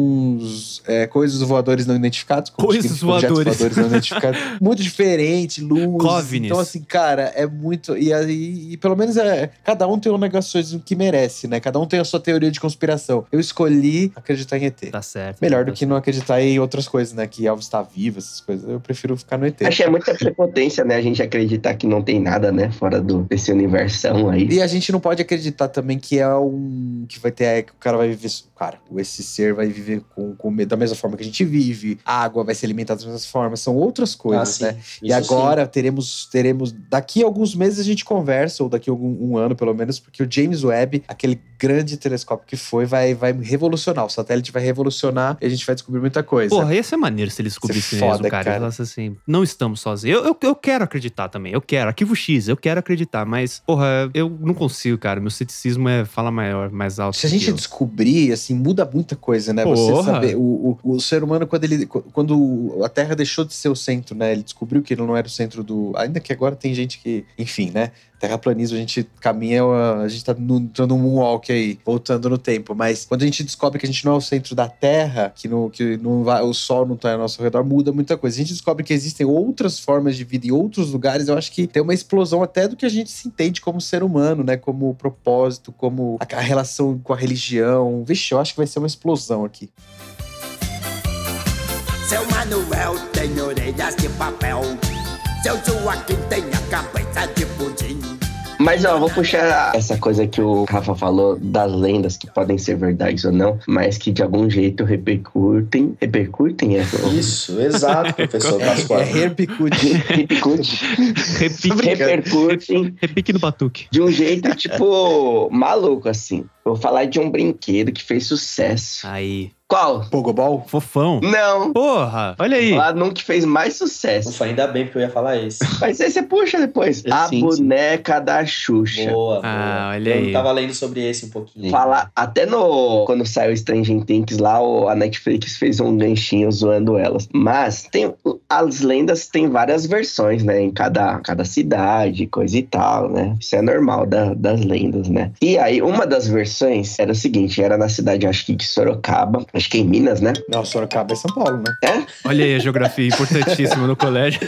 [SPEAKER 2] alguns é, coisas voadores não identificados. como
[SPEAKER 1] Coisas
[SPEAKER 2] discos- objetos
[SPEAKER 1] voadores.
[SPEAKER 2] voadores não identificados. muito diferente, luz.
[SPEAKER 1] Covnis.
[SPEAKER 2] Então assim, cara, é muito, e, aí e pelo menos é, cada um tem um negacionismo que merece, né? Cada um tem a sua teoria de conspiração. Eu escolhi acreditar em ET.
[SPEAKER 1] Tá certo.
[SPEAKER 2] Melhor do
[SPEAKER 1] tá
[SPEAKER 2] que não acreditar em outras coisas, né? Que Elvis tá vivo, essas coisas. Eu prefiro ficar no ET.
[SPEAKER 4] Acho que é muita prepotência, né? A gente acreditar que não tem nada, né? Fora do, desse universão aí.
[SPEAKER 2] E a gente não pode acreditar também que é um. que vai ter. que o cara vai viver. Cara, esse ser vai viver com, com medo da mesma forma que a gente vive, a água vai se alimentar das mesmas formas, são outras
[SPEAKER 3] Ah,
[SPEAKER 2] coisas,
[SPEAKER 3] sim.
[SPEAKER 2] né?
[SPEAKER 3] Isso
[SPEAKER 2] E agora teremos, teremos. Daqui a alguns meses a gente conversa, ou daqui a algum um ano pelo menos, porque o James Webb, aquele grande telescópio que foi, vai, vai revolucionar. O satélite vai revolucionar e a gente vai descobrir muita coisa.
[SPEAKER 1] Porra, ia ser maneiro se ele descobrisse
[SPEAKER 2] Isso é foda,
[SPEAKER 1] mesmo, cara.
[SPEAKER 2] cara.
[SPEAKER 1] Ele falasse assim, não estamos sozinhos. Eu, eu, eu quero acreditar também, eu quero. Arquivo X, eu quero acreditar, mas, porra, eu não consigo, cara. Meu ceticismo é fala maior, mais alto.
[SPEAKER 2] Se a gente
[SPEAKER 1] que eu.
[SPEAKER 2] descobrir, assim, muda muita coisa, né?
[SPEAKER 1] Porra.
[SPEAKER 2] Você saber. O, o, o ser humano, quando ele. Quando a Terra deixou de ser o centro, né? Ele descobriu que ele não era o centro do. Ainda que agora tem gente que. Enfim, né? Terraplanismo, a gente caminha, a gente tá no- dando um walk aí, voltando no tempo. Mas quando a gente descobre que a gente não é o centro da Terra, que, no, que não vai, o Sol não tá ao nosso redor, muda muita coisa. A gente descobre que existem outras formas de vida em outros lugares. Eu acho que tem uma explosão até do que a gente se entende como ser humano, né? Como propósito, como a, a relação com a religião. Vixe, eu acho que vai ser uma explosão aqui.
[SPEAKER 6] Seu Manuel tem orelhas de papel. Seu Joaquim tem a cabeça de pudim.
[SPEAKER 4] Mas ó, vou puxar essa coisa que o Rafa falou das lendas que podem ser verdades ou não, mas que de algum jeito repercutem. Repercutem é.
[SPEAKER 3] Isso, exato, professor
[SPEAKER 2] É
[SPEAKER 3] Pascoal.
[SPEAKER 2] Herpicud.
[SPEAKER 4] Repercute.
[SPEAKER 1] Repique,
[SPEAKER 4] Repercutem
[SPEAKER 1] repique no batuque.
[SPEAKER 4] de um jeito, tipo, maluco, assim. Vou falar de um brinquedo que fez sucesso.
[SPEAKER 1] Aí,
[SPEAKER 4] Qual?
[SPEAKER 2] Pogobol?
[SPEAKER 1] fofão.
[SPEAKER 4] Não.
[SPEAKER 1] Porra, olha aí.
[SPEAKER 4] Lá num um que fez mais
[SPEAKER 3] Ufa,
[SPEAKER 4] sucesso.
[SPEAKER 3] ainda bem porque eu ia falar esse.
[SPEAKER 4] Mas aí você puxa depois.
[SPEAKER 5] É,
[SPEAKER 4] a
[SPEAKER 5] sim, sim.
[SPEAKER 4] boneca da Xuxa.
[SPEAKER 3] Boa, boa.
[SPEAKER 1] Ah, olha
[SPEAKER 3] eu
[SPEAKER 1] aí.
[SPEAKER 3] tava lendo sobre esse um pouquinho.
[SPEAKER 4] Falar, até no. Quando saiu Stranger Things lá, o- a Netflix fez um ganchinho zoando elas. Mas tem, as lendas têm várias versões, né? Em cada, cada cidade, coisa e tal, né? Isso é normal da- das lendas, né? E aí, uma das versões era o seguinte: era na cidade, acho que de Sorocaba, acho que em Minas, né?
[SPEAKER 2] Não, Sorocaba é São Paulo, né?
[SPEAKER 1] Olha aí a geografia importantíssima no colégio.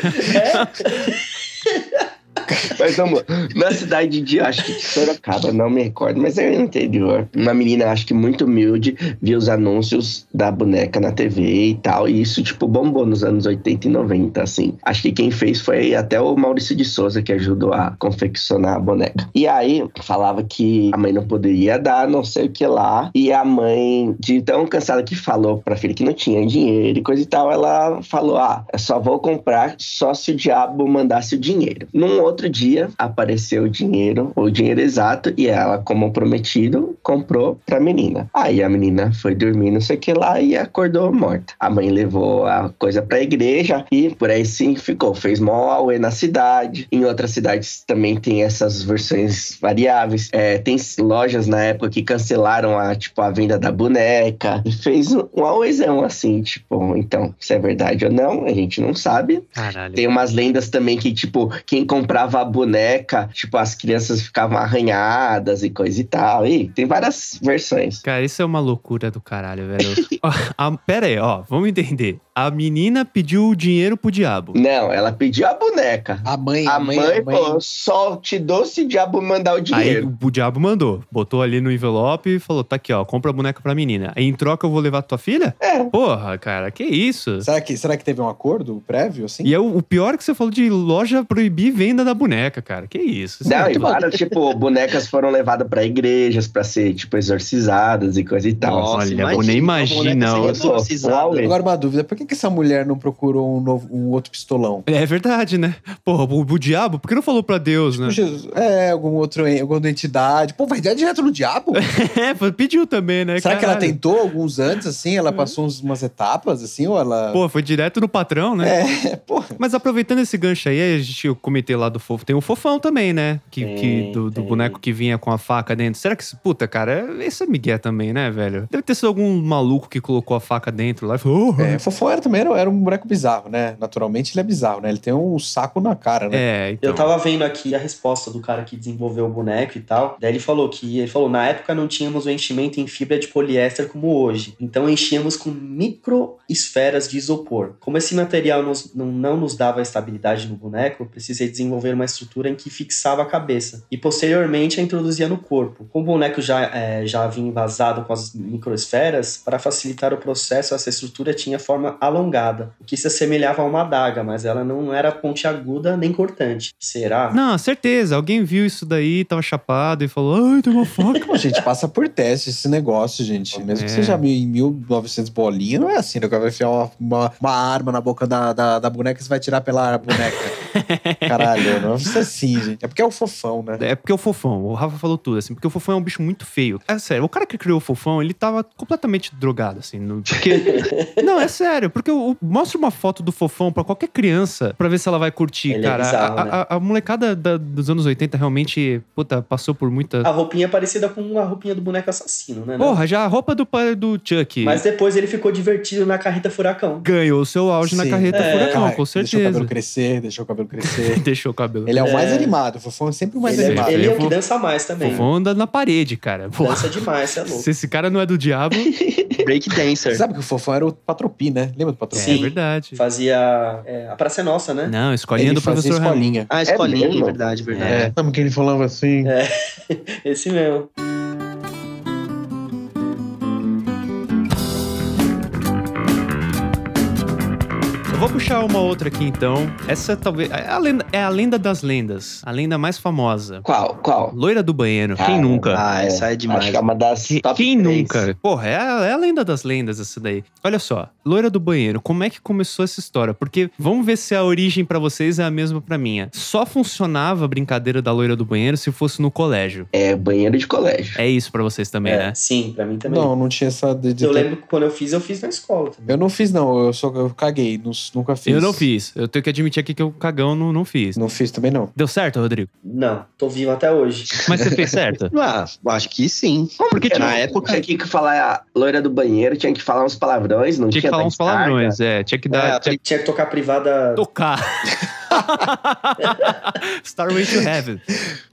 [SPEAKER 4] Mas vamos, na cidade de, acho que de Sorocaba, não me recordo, mas é no interior. Uma menina, acho que muito humilde, viu os anúncios da boneca na TV e tal, e isso, tipo, bombou nos anos 80 e 90, assim. Acho que quem fez foi até o Maurício de Souza, que ajudou a confeccionar a boneca. E aí, falava que a mãe não poderia dar, não sei o que lá, e a mãe, de tão cansada que falou pra filha que não tinha dinheiro e coisa e tal, ela falou, ah, eu só vou comprar só se o diabo mandasse o dinheiro. Num outro dia, apareceu o dinheiro, o dinheiro exato, e ela, como prometido, comprou pra menina. Aí a menina foi dormir, não sei o que lá, e acordou morta. A mãe levou a coisa pra igreja e por aí sim ficou. Fez mó auê na cidade. Em outras cidades também tem essas versões variáveis. É, tem lojas na época que cancelaram a, tipo, a venda da boneca. E fez um um auêzão assim, tipo, então, se é verdade ou não, a gente não sabe.
[SPEAKER 1] Caralho.
[SPEAKER 4] Tem umas lendas também que, tipo, quem comprava a boneca, tipo, as crianças ficavam arranhadas e coisa e tal. E tem várias versões.
[SPEAKER 1] Cara, isso é uma loucura do caralho, velho. ó, a- pera aí, ó, vamos entender. A menina pediu o dinheiro pro diabo.
[SPEAKER 4] Não, ela pediu a boneca.
[SPEAKER 2] A mãe,
[SPEAKER 4] A mãe, é falou: só te dou se o diabo mandar o
[SPEAKER 1] Aí
[SPEAKER 4] dinheiro.
[SPEAKER 1] o, o diabo mandou, botou ali no envelope e falou: tá aqui, ó, compra a boneca pra menina. Aí em troca eu vou levar tua filha?
[SPEAKER 4] É.
[SPEAKER 1] Porra, cara, que isso?
[SPEAKER 2] Será que, será que teve um acordo prévio, assim?
[SPEAKER 1] E é o, o pior é que você falou de loja proibir venda da boneca, cara. Que isso? Isso é
[SPEAKER 4] Não, e
[SPEAKER 1] muito louco.
[SPEAKER 4] várias, tipo, bonecas foram levadas pra igrejas pra ser, tipo, exorcizadas e coisa e tal.
[SPEAKER 1] Nossa,
[SPEAKER 4] assim.
[SPEAKER 1] olha, vou nem imaginar,
[SPEAKER 4] ó.
[SPEAKER 5] Exato.
[SPEAKER 2] Agora uma dúvida, por que, que essa mulher não procurou um, novo, um outro pistolão?
[SPEAKER 1] É verdade, né? Porra, o, o diabo, por que não falou pra Deus, né?
[SPEAKER 2] Jesus, é, algum outro, alguma entidade. Pô, vai dar direto no diabo?
[SPEAKER 4] Tipo,
[SPEAKER 1] É, pediu também, né?
[SPEAKER 2] Será que ela
[SPEAKER 1] Caralho. Uhum.
[SPEAKER 2] tentou alguns antes, assim? Ela passou uns- umas etapas, assim? Ou ela...
[SPEAKER 1] Pô, foi direto no patrão, né?
[SPEAKER 2] É, pô.
[SPEAKER 1] Mas aproveitando esse gancho aí, a gente, eu comentei lá do fofo, tem o fofão também, né? Que,
[SPEAKER 3] Tem,
[SPEAKER 1] que- do, do
[SPEAKER 3] tem.
[SPEAKER 1] boneco que vinha com a faca dentro. Será que isso, puta, cara, é- esse é migué também, né, velho? Deve ter sido algum maluco que colocou a faca dentro lá e falou. "Oh".
[SPEAKER 2] É, o Fofão era também era, era um boneco bizarro, né? Naturalmente ele é bizarro, né? Ele tem um saco na cara, né?
[SPEAKER 1] É, então.
[SPEAKER 3] Eu tava vendo aqui a resposta do cara que desenvolveu o boneco e tal. Daí ele falou que ele falou: na época não tínhamos o enchimento em fibra de poliéster como hoje. Então enchíamos com microesferas de isopor. Como esse material nos- não, não nos dava estabilidade no boneco, eu precisei desenvolver uma estrutura em que fixava a cabeça. E posteriormente a introduzia no corpo. Como o boneco já, eh, já vinha envasado com as microesferas, para facilitar o processo, essa estrutura tinha forma alongada, o que se assemelhava a uma adaga, mas ela não era pontiaguda nem cortante. Será?
[SPEAKER 1] Não, certeza. Alguém viu isso daí, tava chapado e falou: ai, tem uma faca.
[SPEAKER 2] Pô, gente, passa por teste esse negócio, gente. Mesmo que
[SPEAKER 1] É.
[SPEAKER 2] seja mil- em 1900 bolinha, não é assim. Nunca vai enfiar uma, uma, uma arma na boca da, da, da boneca e você vai tirar pela boneca. Caralho, não precisa assim, gente. É porque é o fofão, né?
[SPEAKER 1] É porque o fofão, o Rafa falou tudo, assim, porque o fofão é um bicho muito feio. É sério, o cara que criou o fofão, ele tava completamente drogado, assim. no- porque- não, é sério, porque o- o- mostra uma foto do fofão pra qualquer criança pra ver se ela vai curtir,
[SPEAKER 3] Ele é
[SPEAKER 1] cara. A-
[SPEAKER 3] bizarro,
[SPEAKER 1] a,
[SPEAKER 3] né?
[SPEAKER 1] a- a molecada da- dos anos 80 realmente, puta, passou por muita.
[SPEAKER 3] A roupinha é parecida com a roupinha do boneco assassino, né? né?
[SPEAKER 1] Porra, já a roupa do, pai do Chuck
[SPEAKER 3] Mas depois ele ficou divertido na carreta furacão.
[SPEAKER 1] ganhou seu auge na
[SPEAKER 2] Sim.
[SPEAKER 1] carreta
[SPEAKER 3] É.
[SPEAKER 1] furacão, com
[SPEAKER 2] Deixou o
[SPEAKER 1] certeza.
[SPEAKER 2] cabelo crescer, deixou o cabelo crescer.
[SPEAKER 1] Deixou o cabelo.
[SPEAKER 2] Ele é o mais
[SPEAKER 3] É.
[SPEAKER 2] animado, o fofão é sempre o mais
[SPEAKER 3] Ele, é-
[SPEAKER 2] animado.
[SPEAKER 3] ele é o
[SPEAKER 1] Eu
[SPEAKER 3] que
[SPEAKER 1] vou-
[SPEAKER 3] dança mais também.
[SPEAKER 1] Fofão anda na parede, cara. Porra,
[SPEAKER 3] Dança demais, você é louco.
[SPEAKER 1] se esse cara não é do diabo,
[SPEAKER 5] Break dancer.
[SPEAKER 2] Sabe que o fofão era o Patropi, né? Lembra do Patropi?
[SPEAKER 1] é
[SPEAKER 3] Sim.
[SPEAKER 1] verdade.
[SPEAKER 3] Fazia é, a Praça é Nossa, né?
[SPEAKER 1] Não, escolinha
[SPEAKER 2] Ele
[SPEAKER 1] do
[SPEAKER 2] fazia
[SPEAKER 1] professor Raimundo.
[SPEAKER 2] escolinha.
[SPEAKER 5] Ah, escolinha,
[SPEAKER 4] É mesmo?
[SPEAKER 5] verdade, verdade.
[SPEAKER 2] É. Sabe que ele falava assim?
[SPEAKER 3] É, Esse mesmo.
[SPEAKER 1] Eu vou puxar uma outra aqui então. Essa talvez. É a lenda, é a lenda das lendas. A lenda mais famosa.
[SPEAKER 4] É. Qual? Qual?
[SPEAKER 1] Loira do banheiro. Quem
[SPEAKER 4] Cara,
[SPEAKER 1] nunca?
[SPEAKER 5] Ah,
[SPEAKER 4] É.
[SPEAKER 5] essa é demais.
[SPEAKER 4] Acho que é uma das top
[SPEAKER 1] Quem
[SPEAKER 4] três.
[SPEAKER 1] nunca? Porra, é a, é a lenda das lendas essa daí. Olha só, loira do banheiro, como é que começou essa história? Porque vamos ver se a origem pra vocês é a mesma pra minha. Só funcionava a brincadeira da loira do banheiro se fosse no colégio.
[SPEAKER 4] É banheiro de colégio.
[SPEAKER 1] É isso pra vocês também, né?
[SPEAKER 3] Sim, pra mim também.
[SPEAKER 2] Não, não tinha essa de, de
[SPEAKER 3] eu lembro que quando eu fiz, eu fiz na escola também.
[SPEAKER 2] Eu não fiz, não. Eu, só, eu caguei. nu- nunca fiz.
[SPEAKER 1] Eu não fiz. Eu tenho que admitir aqui que eu cagão não, não fiz.
[SPEAKER 2] Não fiz também, não.
[SPEAKER 1] Deu certo, Rodrigo?
[SPEAKER 3] Não, tô vivo até hoje.
[SPEAKER 1] Mas você fez certo?
[SPEAKER 5] Ah, eu acho que sim. Porque
[SPEAKER 4] Era
[SPEAKER 5] na
[SPEAKER 4] um-
[SPEAKER 5] época.
[SPEAKER 4] Tinha que falar a loira do banheiro, tinha que falar uns palavrões, não
[SPEAKER 1] Tinha
[SPEAKER 4] tinha,
[SPEAKER 1] que falar uns
[SPEAKER 4] dar descarga.
[SPEAKER 1] palavrões, é. Tinha que dar.
[SPEAKER 5] É,
[SPEAKER 1] tinha
[SPEAKER 3] Tinha que tocar privada.
[SPEAKER 1] que tocar. Starway to Heaven.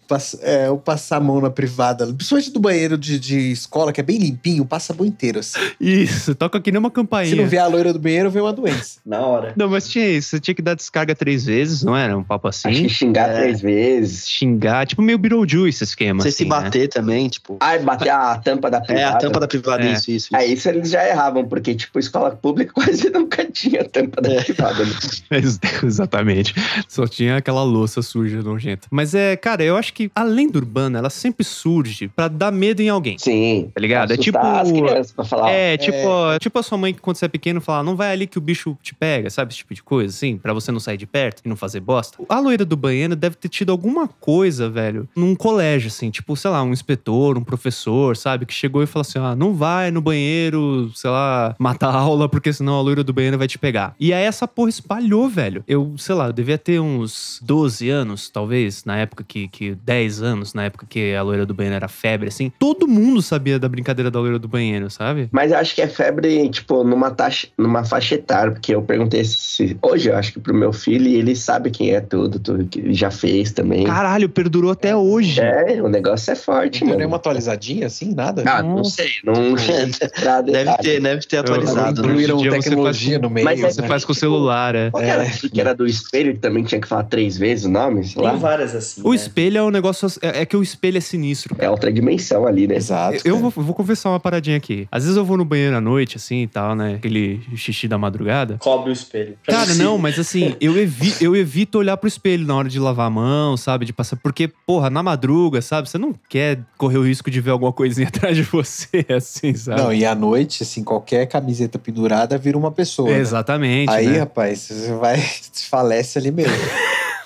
[SPEAKER 2] Pass- é, eu passar a mão na privada, principalmente do banheiro de, de escola, que é bem limpinho, passa a mão inteira. assim.
[SPEAKER 1] Isso, toca aqui numa
[SPEAKER 2] Se não
[SPEAKER 1] campainha.
[SPEAKER 2] vier a loira do banheiro, vem uma doença.
[SPEAKER 3] Na hora.
[SPEAKER 1] Não, mas tinha isso. Você tinha que dar descarga três vezes, não era? Um papo
[SPEAKER 4] Acho
[SPEAKER 1] assim.
[SPEAKER 4] que xingar
[SPEAKER 5] É.
[SPEAKER 4] três vezes.
[SPEAKER 1] Xingar, tipo meio Beetlejuice esse esquema.
[SPEAKER 5] Você
[SPEAKER 1] assim,
[SPEAKER 5] se
[SPEAKER 1] né?
[SPEAKER 5] bater também, tipo.
[SPEAKER 4] Ai, bater a tampa da privada.
[SPEAKER 5] É, a tampa da privada,
[SPEAKER 1] É.
[SPEAKER 5] isso, isso.
[SPEAKER 4] É, isso eles já erravam, porque, tipo, escola pública quase nunca tinha tampa da privada. né?
[SPEAKER 1] Ex- Exatamente. Só tinha aquela louça suja, nojenta. Mas é, cara, eu acho que a lenda urbana, ela sempre surge pra dar medo em alguém.
[SPEAKER 4] Sim.
[SPEAKER 1] Tá ligado? É tipo.
[SPEAKER 4] Assustar As crianças pra falar. ó,
[SPEAKER 1] É, tipo, ó, tipo a sua mãe que quando você é pequeno fala, não vai ali que o bicho te pega, sabe? Esse tipo de coisa, assim, pra você não sair de perto e não fazer bosta. A loira do banheiro deve ter tido alguma coisa, velho, num colégio, assim, tipo, sei lá, um inspetor, um professor, sabe? Que chegou e falou assim: ah, não vai no banheiro, sei lá, matar a aula, porque senão a loira do banheiro vai te pegar. E aí essa porra espalhou, velho. Eu, sei lá, eu devia ter uns 12 anos, talvez, na época que, que 10 anos, na época que a loira do banheiro era febre, assim. Todo mundo sabia da brincadeira da loira do banheiro, sabe?
[SPEAKER 4] Mas eu acho que é febre, tipo, numa, taxa, numa faixa etária, porque eu perguntei se. Hoje eu acho que pro meu filho, e ele sabe quem é tudo, tudo que ele já fez também.
[SPEAKER 1] Caralho, perdurou até hoje.
[SPEAKER 4] É, o negócio é forte,
[SPEAKER 2] Não deu
[SPEAKER 4] mano.
[SPEAKER 2] nenhuma atualizadinha, assim, nada.
[SPEAKER 4] Ah, não
[SPEAKER 1] Nossa.
[SPEAKER 4] sei, não sei.
[SPEAKER 5] Deve ter,
[SPEAKER 4] né?
[SPEAKER 5] deve ter atualizado,
[SPEAKER 1] eu-
[SPEAKER 5] né?
[SPEAKER 1] Hoje em
[SPEAKER 2] incluíram
[SPEAKER 1] dia você
[SPEAKER 2] tecnologia no meio.
[SPEAKER 4] Mas é-
[SPEAKER 1] Você
[SPEAKER 2] né?
[SPEAKER 1] faz com o celular, é.
[SPEAKER 4] Qual que era, que era do espelho que também tinha que falar três vezes o nome? Sei
[SPEAKER 3] Tem
[SPEAKER 4] lá.
[SPEAKER 3] várias assim.
[SPEAKER 1] O
[SPEAKER 3] né?
[SPEAKER 1] espelho é um negócio. É, é que o espelho é sinistro.
[SPEAKER 4] É outra dimensão ali, né?
[SPEAKER 2] Exato.
[SPEAKER 1] Eu
[SPEAKER 2] cara.
[SPEAKER 1] vou, vou confessar uma paradinha aqui. Às vezes eu vou no banheiro à noite, assim e tal, né? Aquele xixi da madrugada.
[SPEAKER 3] Cobre o espelho. Pra
[SPEAKER 1] Cara,
[SPEAKER 3] você.
[SPEAKER 1] não, mas assim, eu, evi eu evito olhar pro espelho na hora de lavar a mão, sabe? De passar. Porque, porra, na madruga, sabe? Você não quer correr o risco de ver alguma coisinha atrás de você, assim, sabe?
[SPEAKER 2] Não, e à noite, assim, qualquer camiseta pendurada vira uma pessoa. né?
[SPEAKER 1] Exatamente.
[SPEAKER 2] Aí,
[SPEAKER 1] né?
[SPEAKER 2] rapaz, você vai, se falece ali mesmo.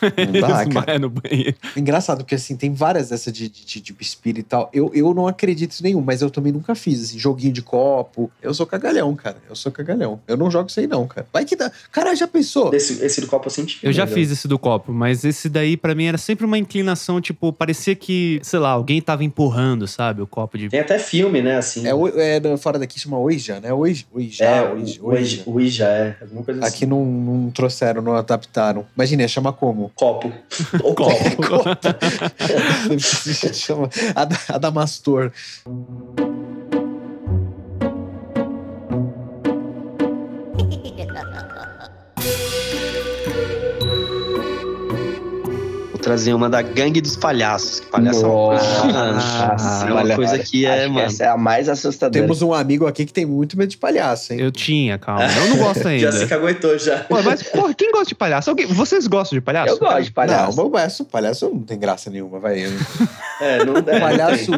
[SPEAKER 2] Não dá, cara.
[SPEAKER 1] Desmaia no banheiro.
[SPEAKER 2] Engraçado, porque assim, tem várias dessas de, de, de, de espírito e tal. Eu, eu não acredito em nenhum, mas eu também nunca fiz, assim, joguinho de copo. Eu sou cagalhão, cara. Eu sou cagalhão. Eu não jogo isso aí, não, cara. Vai que dá. Cara, já pensou?
[SPEAKER 3] Esse, esse do copo eu senti.
[SPEAKER 1] Eu já
[SPEAKER 3] né?
[SPEAKER 1] fiz esse do copo, mas esse daí pra mim era sempre uma inclinação, tipo, parecia que, sei lá, alguém tava empurrando, sabe, o copo de
[SPEAKER 3] Tem até filme, né? Assim.
[SPEAKER 2] É, oi- é, no- fora daqui chama Oija, né? Oija, Oija,
[SPEAKER 3] É,
[SPEAKER 2] Oija,
[SPEAKER 3] o
[SPEAKER 2] Oija.
[SPEAKER 3] o Ouija, é. Alguma coisa assim.
[SPEAKER 2] Aqui não, não trouxeram, não adaptaram. Imagina, ia chamar como?
[SPEAKER 3] Copo. O copo.
[SPEAKER 1] copo.
[SPEAKER 2] Chama Ad- Adamastor.
[SPEAKER 5] trazer uma da Gangue dos Palhaços. Que palhaço é uma coisa. mano,
[SPEAKER 4] Nossa,
[SPEAKER 5] é uma
[SPEAKER 4] olha,
[SPEAKER 5] coisa que é,
[SPEAKER 4] Ah, acho que
[SPEAKER 5] mano.
[SPEAKER 4] Essa é a mais assustadora.
[SPEAKER 2] Temos um amigo aqui que tem muito medo de palhaço, hein?
[SPEAKER 1] Eu tinha, calma. Eu não gosto
[SPEAKER 3] Já se
[SPEAKER 1] ainda.
[SPEAKER 3] caguetou já.
[SPEAKER 1] Pô, mas, porra, quem gosta de palhaço? Alguém- vocês gostam de palhaço?
[SPEAKER 4] Eu gosto de palhaço.
[SPEAKER 2] Não, o palhaço, o palhaço não tem graça nenhuma, vai. O
[SPEAKER 3] É, não dá.
[SPEAKER 2] palhaço,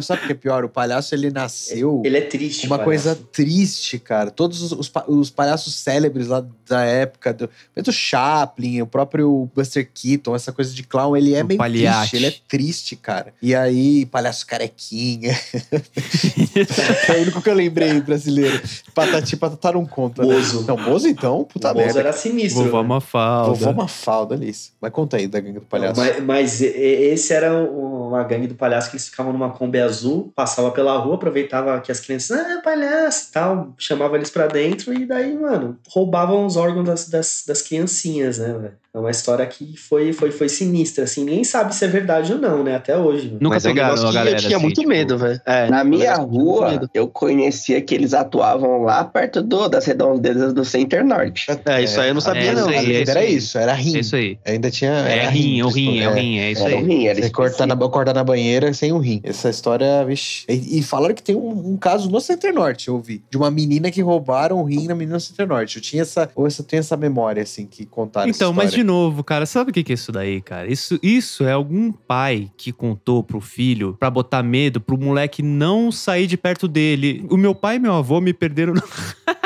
[SPEAKER 2] sabe o que é pior? O palhaço, ele nasceu
[SPEAKER 3] Ele é triste.
[SPEAKER 2] uma
[SPEAKER 3] palhaço.
[SPEAKER 2] coisa triste, cara. Todos os, os pa- os palhaços célebres lá da época, do, mesmo o Chaplin, o próprio Buster Keaton, essa coisa de clown, ele é
[SPEAKER 1] O
[SPEAKER 2] meio
[SPEAKER 1] palhaço.
[SPEAKER 2] triste, ele é triste, cara. E aí, palhaço carequinha. é o único que eu lembrei brasileiro. Patati patatá não conta. né?
[SPEAKER 3] Bozo.
[SPEAKER 2] Não, Bozo então, puta
[SPEAKER 3] o Bozo é
[SPEAKER 2] merda.
[SPEAKER 3] era sinistro. né?
[SPEAKER 1] Vovó Mafalda.
[SPEAKER 2] Vovó Mafalda, olha isso. Mas conta aí da gangue do palhaço.
[SPEAKER 3] Mas, mas e- e- esse era o- uma gangue do palhaço que eles ficavam numa Kombi azul, passava pela rua, aproveitava que as crianças, ah, palhaço e tal, chamava eles pra dentro e daí, mano, roubavam os órgãos das, das, das criancinhas, né, velho? É uma história que foi, foi, foi sinistra, assim, ninguém sabe se é verdade ou não, né, até hoje. mano.
[SPEAKER 1] Nunca
[SPEAKER 5] Mas é um
[SPEAKER 1] pegaram
[SPEAKER 5] negócio
[SPEAKER 1] a
[SPEAKER 5] que
[SPEAKER 1] galera.
[SPEAKER 5] Eu tinha
[SPEAKER 1] assim,
[SPEAKER 5] muito
[SPEAKER 1] tipo,
[SPEAKER 5] medo, velho. É,
[SPEAKER 4] Na
[SPEAKER 5] um negócio que
[SPEAKER 4] minha
[SPEAKER 5] eu tinha muito
[SPEAKER 4] rua,
[SPEAKER 5] medo.
[SPEAKER 4] eu conhecia que eles atuavam lá perto do, das redondezas do Center Norte.
[SPEAKER 5] É, isso aí eu não
[SPEAKER 1] É,
[SPEAKER 5] sabia,
[SPEAKER 1] isso
[SPEAKER 5] não.
[SPEAKER 1] aí,
[SPEAKER 2] ainda
[SPEAKER 1] é isso
[SPEAKER 2] era
[SPEAKER 1] aí.
[SPEAKER 2] isso, era rim.
[SPEAKER 1] É isso aí.
[SPEAKER 2] Ainda tinha.
[SPEAKER 1] É
[SPEAKER 2] era
[SPEAKER 1] rim, é o rim, é o
[SPEAKER 2] é.
[SPEAKER 1] rim, é isso
[SPEAKER 4] Era um
[SPEAKER 1] aí.
[SPEAKER 4] rim, era
[SPEAKER 2] Você cortar na, cortar na banheira sem um rim. Essa história, vixi. E, e falaram que tem um, um caso no Center Norte, eu ouvi. De uma menina que roubaram o rim na menina no Center Norte. Eu tinha essa. Ou essa, tenho essa memória, assim, que contaram. essa
[SPEAKER 1] Então, mas de
[SPEAKER 2] história.
[SPEAKER 1] novo, cara, sabe o que que é isso daí, cara? Isso, isso é algum pai que contou pro filho pra botar medo pro moleque não sair de perto dele. O meu pai e meu avô me perderam. no-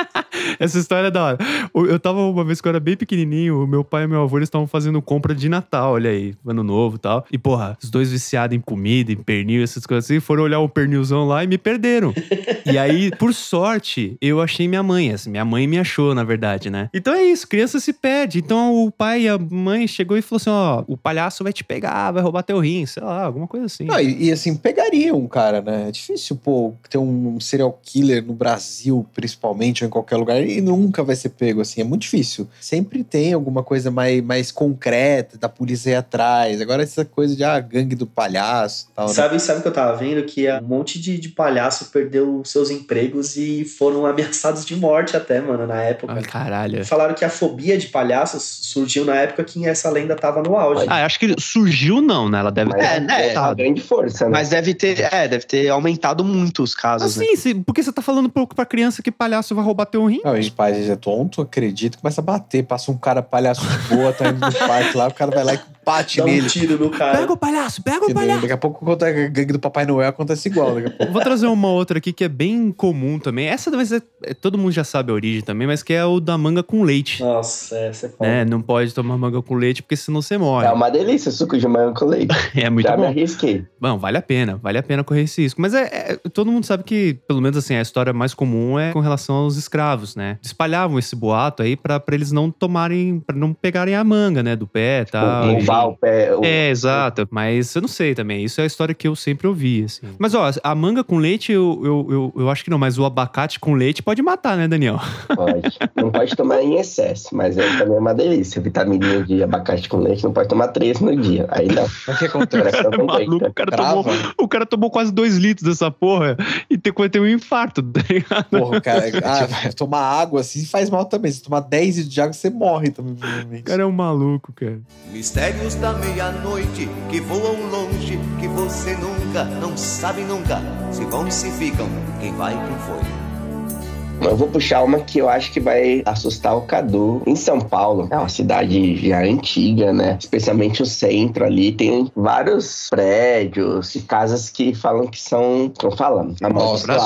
[SPEAKER 1] Essa história é da hora. O- Eu tava uma vez que eu era bem pequenininho, o meu pai e meu avô eles estavam fazendo compra de Natal, olha aí, ano novo e tal. E porra, os dois viciados em comida, em pernil, essas coisas assim, foram olhar o pernilzão lá e me perderam. E aí, por sorte, eu achei minha mãe. Assim, minha mãe me achou, na verdade, né? Então é isso, criança se perde. Então o pai e a mãe chegou e falou assim: ó, o palhaço vai te pegar, vai roubar teu rim, sei lá, alguma coisa assim.
[SPEAKER 2] Não, e, e, assim, pegaria um cara, né? É difícil, pô, ter um serial killer no Brasil, principalmente, ou em qualquer lugar, e nunca vai ser pego, assim. É muito difícil. Sempre tem alguma coisa mais, mais concreta da polícia ir atrás. Agora, essa coisa de, ah, gangue do palhaço e tal. né?
[SPEAKER 3] Sabe, sabe o que eu tava vendo? Que um monte de, de palhaço perdeu seus empregos e foram ameaçados de morte até, mano, na época.
[SPEAKER 1] Ai, Ah,
[SPEAKER 5] É.
[SPEAKER 1] caralho.
[SPEAKER 3] Falaram que a fobia de palhaços surgiu na época que essa lenda tava no auge.
[SPEAKER 1] Ah, acho que surgiu, não, né? Ela deve
[SPEAKER 4] Mas
[SPEAKER 5] É, né?
[SPEAKER 4] uma grande força, né?
[SPEAKER 5] Mas deve ter, é, deve ter aumentado muito os casos, né?
[SPEAKER 1] Assim, cê- porque você tá falando pouco pra criança que palhaço vai roubar teu rim?
[SPEAKER 2] Não, e os pais dizem, é tonto, acredito, começa a bater, passa um cara palhaço de boa, tá indo no parque lá, o cara vai lá e bate
[SPEAKER 3] Dá um
[SPEAKER 2] nele.
[SPEAKER 3] tiro no cara.
[SPEAKER 1] Pega o palhaço, pega
[SPEAKER 2] E
[SPEAKER 1] o
[SPEAKER 2] daí,
[SPEAKER 1] palhaço.
[SPEAKER 2] daqui a pouco, quando a gangue do Papai Noel acontece igual, daqui a pouco.
[SPEAKER 1] Vou trazer uma outra aqui que é bem comum também. Essa talvez é- é- todo mundo já sabe a origem também, mas que é o da manga com leite.
[SPEAKER 3] Nossa, é, você fala.
[SPEAKER 1] Né? Não pode tomar manga com leite porque senão você morre.
[SPEAKER 4] É uma delícia, suco de manga com leite.
[SPEAKER 1] É muito
[SPEAKER 4] Já me
[SPEAKER 1] bom.
[SPEAKER 4] arrisquei.
[SPEAKER 1] Bom, vale a pena, vale a pena correr esse risco. Mas é, é- todo mundo sabe que, pelo menos assim, a história mais comum é com relação aos escravos, né? Espalhavam esse boato aí pra pra eles não tomarem, pra não pegarem a manga, né, do pé, tá?
[SPEAKER 4] o roubar o pé. o-
[SPEAKER 1] É, exato. Mas eu não sei também. Isso é a história que eu sempre ouvi, assim. Mas, ó, a manga com leite, eu, eu, eu, eu acho que não. Mas o abacate com leite pode matar, né, Daniel?
[SPEAKER 4] Pode. Não pode tomar em excesso, mas aí também é uma delícia. Vitamininha de abacate com leite, não pode tomar três no dia. Aí não.
[SPEAKER 2] Mas o que acontece?
[SPEAKER 4] pressão não aguenta.
[SPEAKER 1] É cara
[SPEAKER 2] Trava.
[SPEAKER 1] o cara tomou quase dois litros dessa porra e te- teve um infarto, tá ligado?
[SPEAKER 2] Porra, cara, ah, vai tomar água assim faz mal também. Se tomar 10 litros de água, você morre também, provavelmente.
[SPEAKER 1] O cara é um maluco, cara.
[SPEAKER 7] Mistérios da meia-noite que voam longe, que você nunca, não sabe nunca, se vão e se ficam, quem vai e quem foi.
[SPEAKER 4] Eu vou puxar uma que eu acho que vai assustar o Cadu. Em São Paulo, é uma cidade já antiga, né? Especialmente o centro ali, tem vários prédios e casas que falam que são, como falam, amaldiçoadas,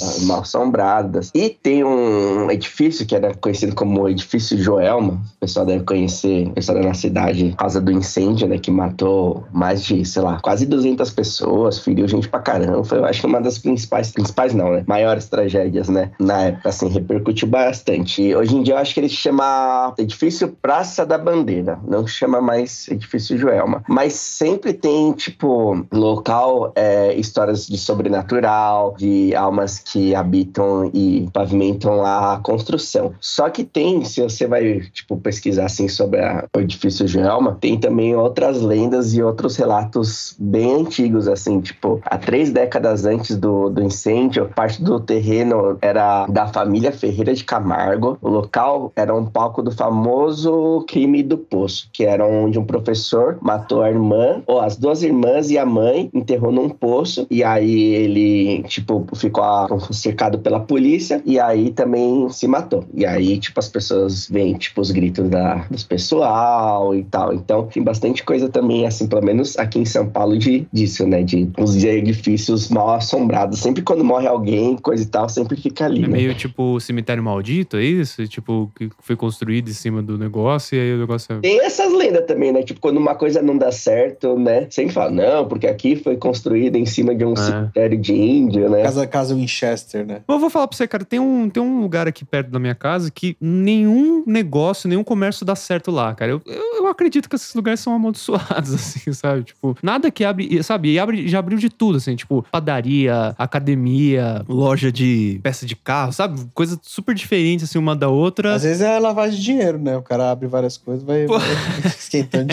[SPEAKER 2] assombradas.
[SPEAKER 4] Mal assombradas. E tem um edifício que era conhecido como Edifício Joelma. O pessoal deve conhecer, o pessoal da nossa cidade, por causa do incêndio, né? Que matou mais de, sei lá, quase 200 pessoas, feriu gente pra caramba. Foi, eu acho que uma das principais, principais não, né? Maiores tragédias, né? Na época, assim, repercutiu bastante. E hoje em dia eu acho que ele se chama Edifício Praça da Bandeira. Não se chama mais Edifício Joelma. Mas sempre tem, tipo, local, é, histórias de sobrenatural, de almas que habitam e pavimentam a construção. Só que tem, se você vai, tipo, pesquisar, assim, sobre a- o Edifício Joelma, tem também outras lendas e outros relatos bem antigos, assim, tipo, há três décadas antes do, do incêndio, parte do terreno era da família Ferreira de Camargo. O local era um palco do famoso crime do poço, que era onde um professor matou a irmã, ou as duas irmãs e a mãe, enterrou num poço. E aí ele, tipo, ficou ah, cercado pela polícia e aí também se matou. E aí, tipo, as pessoas veem, tipo, os gritos da, dos pessoal e tal. Então, tem bastante coisa também, assim, pelo menos aqui em São Paulo, de, disso, né? De os edifícios mal assombrados. Sempre quando morre alguém, coisa e tal, sempre fica ali.
[SPEAKER 1] É
[SPEAKER 4] né?
[SPEAKER 1] meio tipo cemitério maldito, é isso? Tipo, que foi construído em cima do negócio e aí o negócio é.
[SPEAKER 4] Tem essas lendas também, né? Tipo, quando uma coisa não dá certo, né? Sempre fala, não, porque aqui foi construída em cima de um
[SPEAKER 1] É.
[SPEAKER 4] cemitério de índio, né?
[SPEAKER 2] É. Casa, casa Winchester, né?
[SPEAKER 1] Mas Eu vou falar pra você, cara, tem um, tem um lugar aqui perto da minha casa que nenhum negócio, nenhum comércio dá certo lá, cara. Eu, eu, eu acredito que esses lugares são amaldiçoados, assim, sabe? Tipo, nada que abre, e, sabe? E abre, já abriu de tudo, assim, tipo, padaria, academia, loja de peça de carro, sabe? Coisa super diferente, assim, uma da outra.
[SPEAKER 2] Às vezes é lavagem de dinheiro, né? O cara abre várias coisas, vai,
[SPEAKER 1] Pô.
[SPEAKER 2] vai esquentando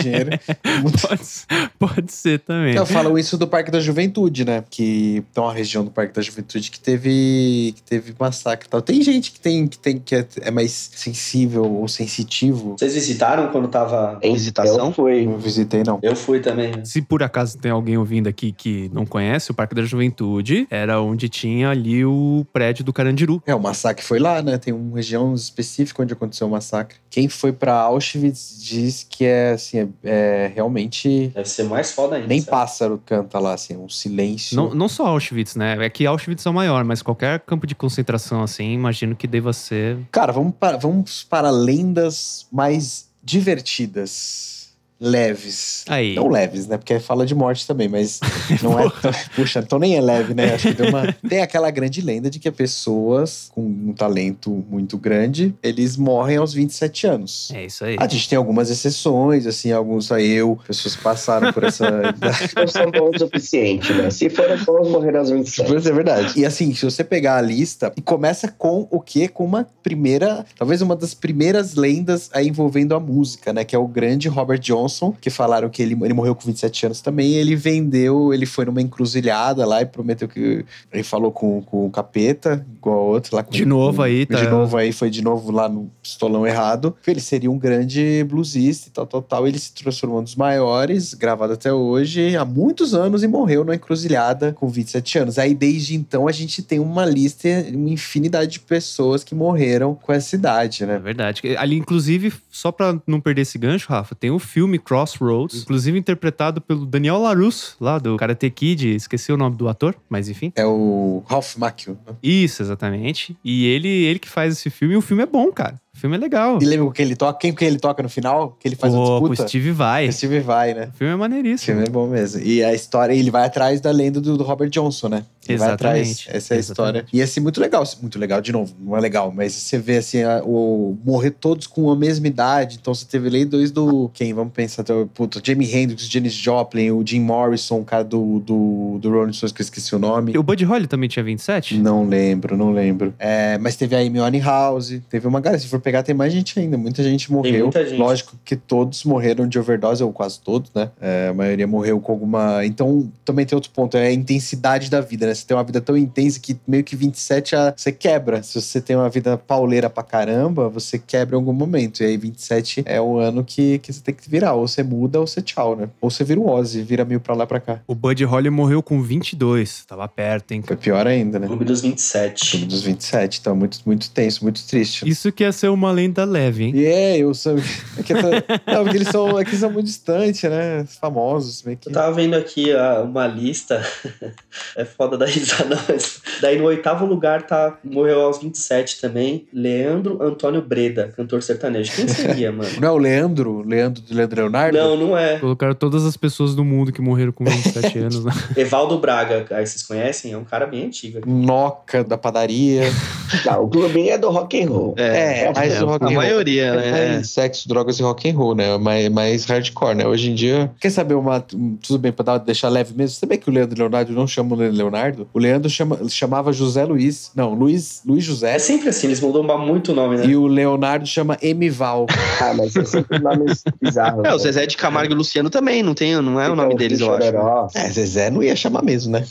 [SPEAKER 2] dinheiro. Muito-
[SPEAKER 1] Pode, ser- pode ser também.
[SPEAKER 2] Eu falo isso do Parque da Juventude, né? Que tem uma região do Parque da Juventude que teve, que teve massacre e tal. Tem gente que tem que, tem, que é, é mais sensível ou sensitivo.
[SPEAKER 3] Vocês visitaram quando tava.
[SPEAKER 4] Em
[SPEAKER 5] Visitação?
[SPEAKER 4] Então foi.
[SPEAKER 2] Não visitei, não.
[SPEAKER 3] Eu fui também. né?
[SPEAKER 1] Se por acaso tem alguém ouvindo aqui que não conhece, o Parque da Juventude era onde tinha ali o prédio do Carandiru.
[SPEAKER 2] É, o massacre foi lá, né? Tem uma região específica onde aconteceu o massacre. Quem foi pra Auschwitz diz que é, assim, é, é realmente...
[SPEAKER 3] Deve ser mais foda ainda.
[SPEAKER 2] Nem
[SPEAKER 3] sabe?
[SPEAKER 2] pássaro canta lá, assim, é um silêncio.
[SPEAKER 1] Não, não só Auschwitz, né? É que Auschwitz é o maior, mas qualquer campo de concentração assim, imagino que deva ser.
[SPEAKER 2] Cara, vamos para, vamos para lendas mais divertidas, leves.
[SPEAKER 1] Aí.
[SPEAKER 2] Não leves, né? Porque fala de morte também, mas não é. tão- Puxa, então nem é leve, né? Acho que deu uma- Tem aquela grande lenda de que pessoas com um talento muito grande, eles morrem aos 27 anos.
[SPEAKER 1] É isso aí.
[SPEAKER 2] A gente tem algumas exceções, assim, alguns aí eu, pessoas que passaram por essa idade.
[SPEAKER 4] Não são bons o suficiente, né? Se foram bons, morreram aos 27.
[SPEAKER 2] é verdade. E assim, se você pegar a lista, e começa com o quê? Com uma primeira, talvez uma das primeiras lendas aí envolvendo a música, né? Que é o grande Robert Johnson, que falaram que ele, ele morreu com 27 anos também. e ele vendeu, ele foi numa encruzilhada lá e prometeu que. Ele falou com, com o capeta, igual outro lá. com-
[SPEAKER 1] De novo aí, tá?
[SPEAKER 2] De novo aí, foi de novo lá no pistolão errado. Ele seria um grande bluesista e tal, tal, tal. Ele se transformou num dos maiores, gravado até hoje, há muitos anos e morreu numa encruzilhada com 27 anos. Aí, desde então, a gente tem uma lista, uma infinidade de pessoas que morreram com essa idade,
[SPEAKER 1] É
[SPEAKER 2] né?
[SPEAKER 1] verdade. Ali, inclusive, só pra não perder esse gancho, Rafa, tem o filme Crossroads, inclusive interpretado pelo Daniel LaRusso, lá do Karate Kid, esqueci o nome do ator, mas enfim.
[SPEAKER 2] É o Ralph Macchio.
[SPEAKER 1] Hum.
[SPEAKER 2] né?
[SPEAKER 1] Isso, exatamente. E ele, ele que faz esse filme, e o filme é bom, cara. O filme é legal.
[SPEAKER 2] E lembra o que ele toca? Quem que ele toca no final? Que ele faz
[SPEAKER 1] Pô,
[SPEAKER 2] a
[SPEAKER 1] com o
[SPEAKER 2] disputa?
[SPEAKER 1] Steve Vai.
[SPEAKER 2] O Steve Vai, né?
[SPEAKER 1] O filme é
[SPEAKER 2] O
[SPEAKER 1] maneiríssimo.
[SPEAKER 2] filme é bom mesmo. E a história, ele vai atrás da lenda do, do Robert Johnson, né? Ele vai
[SPEAKER 1] Exatamente.
[SPEAKER 2] atrás. Essa é a
[SPEAKER 1] Exatamente.
[SPEAKER 2] história. E assim, muito legal. Muito legal, de novo, não é legal, mas você vê assim, a- o morrer todos com a mesma idade. Então você teve lei dois do. Quem? Vamos pensar. do- Puta, Jamie Hendrix, Janis Joplin, o Jim Morrison, o cara do, do, do Rolling Stones, que eu esqueci o nome.
[SPEAKER 1] O Buddy Holly também tinha 27?
[SPEAKER 2] Não lembro, não lembro. É, mas teve a Amy House, teve uma galera. Se for pegar, tem mais gente ainda. Muita gente morreu.
[SPEAKER 3] muita gente.
[SPEAKER 2] Lógico que todos morreram de overdose, ou quase todos, né? É, a maioria morreu com alguma. Então, também tem outro ponto, é a intensidade da vida, né? Você tem uma vida tão intensa que meio que 27 a... você quebra. Se você tem uma vida pauleira pra caramba, você quebra em algum momento. E aí, 27 é o ano que, que você tem que virar. Ou você muda, ou você tchau, né? Ou você vira o Ozzy, vira meio pra lá pra cá.
[SPEAKER 1] O Buddy Holly morreu com 22. Tava perto, hein?
[SPEAKER 2] Foi pior ainda, né?
[SPEAKER 3] Clube dos
[SPEAKER 2] Clube
[SPEAKER 3] 27.
[SPEAKER 2] dos 27, então é muito, muito tenso, muito triste.
[SPEAKER 1] Isso que ia ser uma lenda leve, hein?
[SPEAKER 2] E é, eu sou. É que eu tô- Não, porque eles são, é que são muito distantes, né? Famosos, meio que.
[SPEAKER 3] Eu tava vendo aqui ah, uma lista. é foda da risada, mas. Daí no oitavo lugar tá. Morreu aos 27 também. Leandro Antônio Breda, cantor sertanejo. Quem seria, mano?
[SPEAKER 2] Não é o Leandro? Leandro do Leandro Leonardo?
[SPEAKER 3] Não, não é.
[SPEAKER 1] Colocaram todas as pessoas do mundo que morreram com 27 anos. Né?
[SPEAKER 3] Evaldo Braga, aí vocês conhecem? É um cara bem antigo.
[SPEAKER 2] Noca da padaria.
[SPEAKER 4] Tá, o clubinho é do rock and roll.
[SPEAKER 5] É,
[SPEAKER 2] É, mas mais o rock
[SPEAKER 5] a
[SPEAKER 2] and roll.
[SPEAKER 5] maioria, né?
[SPEAKER 2] É, sexo, drogas e rock and roll, né? Mais, mais hardcore, né? Hoje em dia. Quer saber uma. um, Tudo bem, pra dar- deixar leve mesmo? Sabe que o Leandro Leonardo não chama o Leandro Leonardo? O Leandro chama- chamava José Luiz. Não, Luiz, Luiz José.
[SPEAKER 3] É sempre assim, eles mudam muito o nome,
[SPEAKER 8] É.
[SPEAKER 3] né?
[SPEAKER 2] E o Leonardo chama Emival.
[SPEAKER 4] Ah, mas é sempre nomes bizarros.
[SPEAKER 5] É, o
[SPEAKER 4] né?
[SPEAKER 5] Zezé de Camargo e Luciano também, não, tem, não é o
[SPEAKER 4] Então,
[SPEAKER 5] nome deles, eu acho.
[SPEAKER 4] Chororó.
[SPEAKER 8] É, Zezé não ia chamar mesmo, né?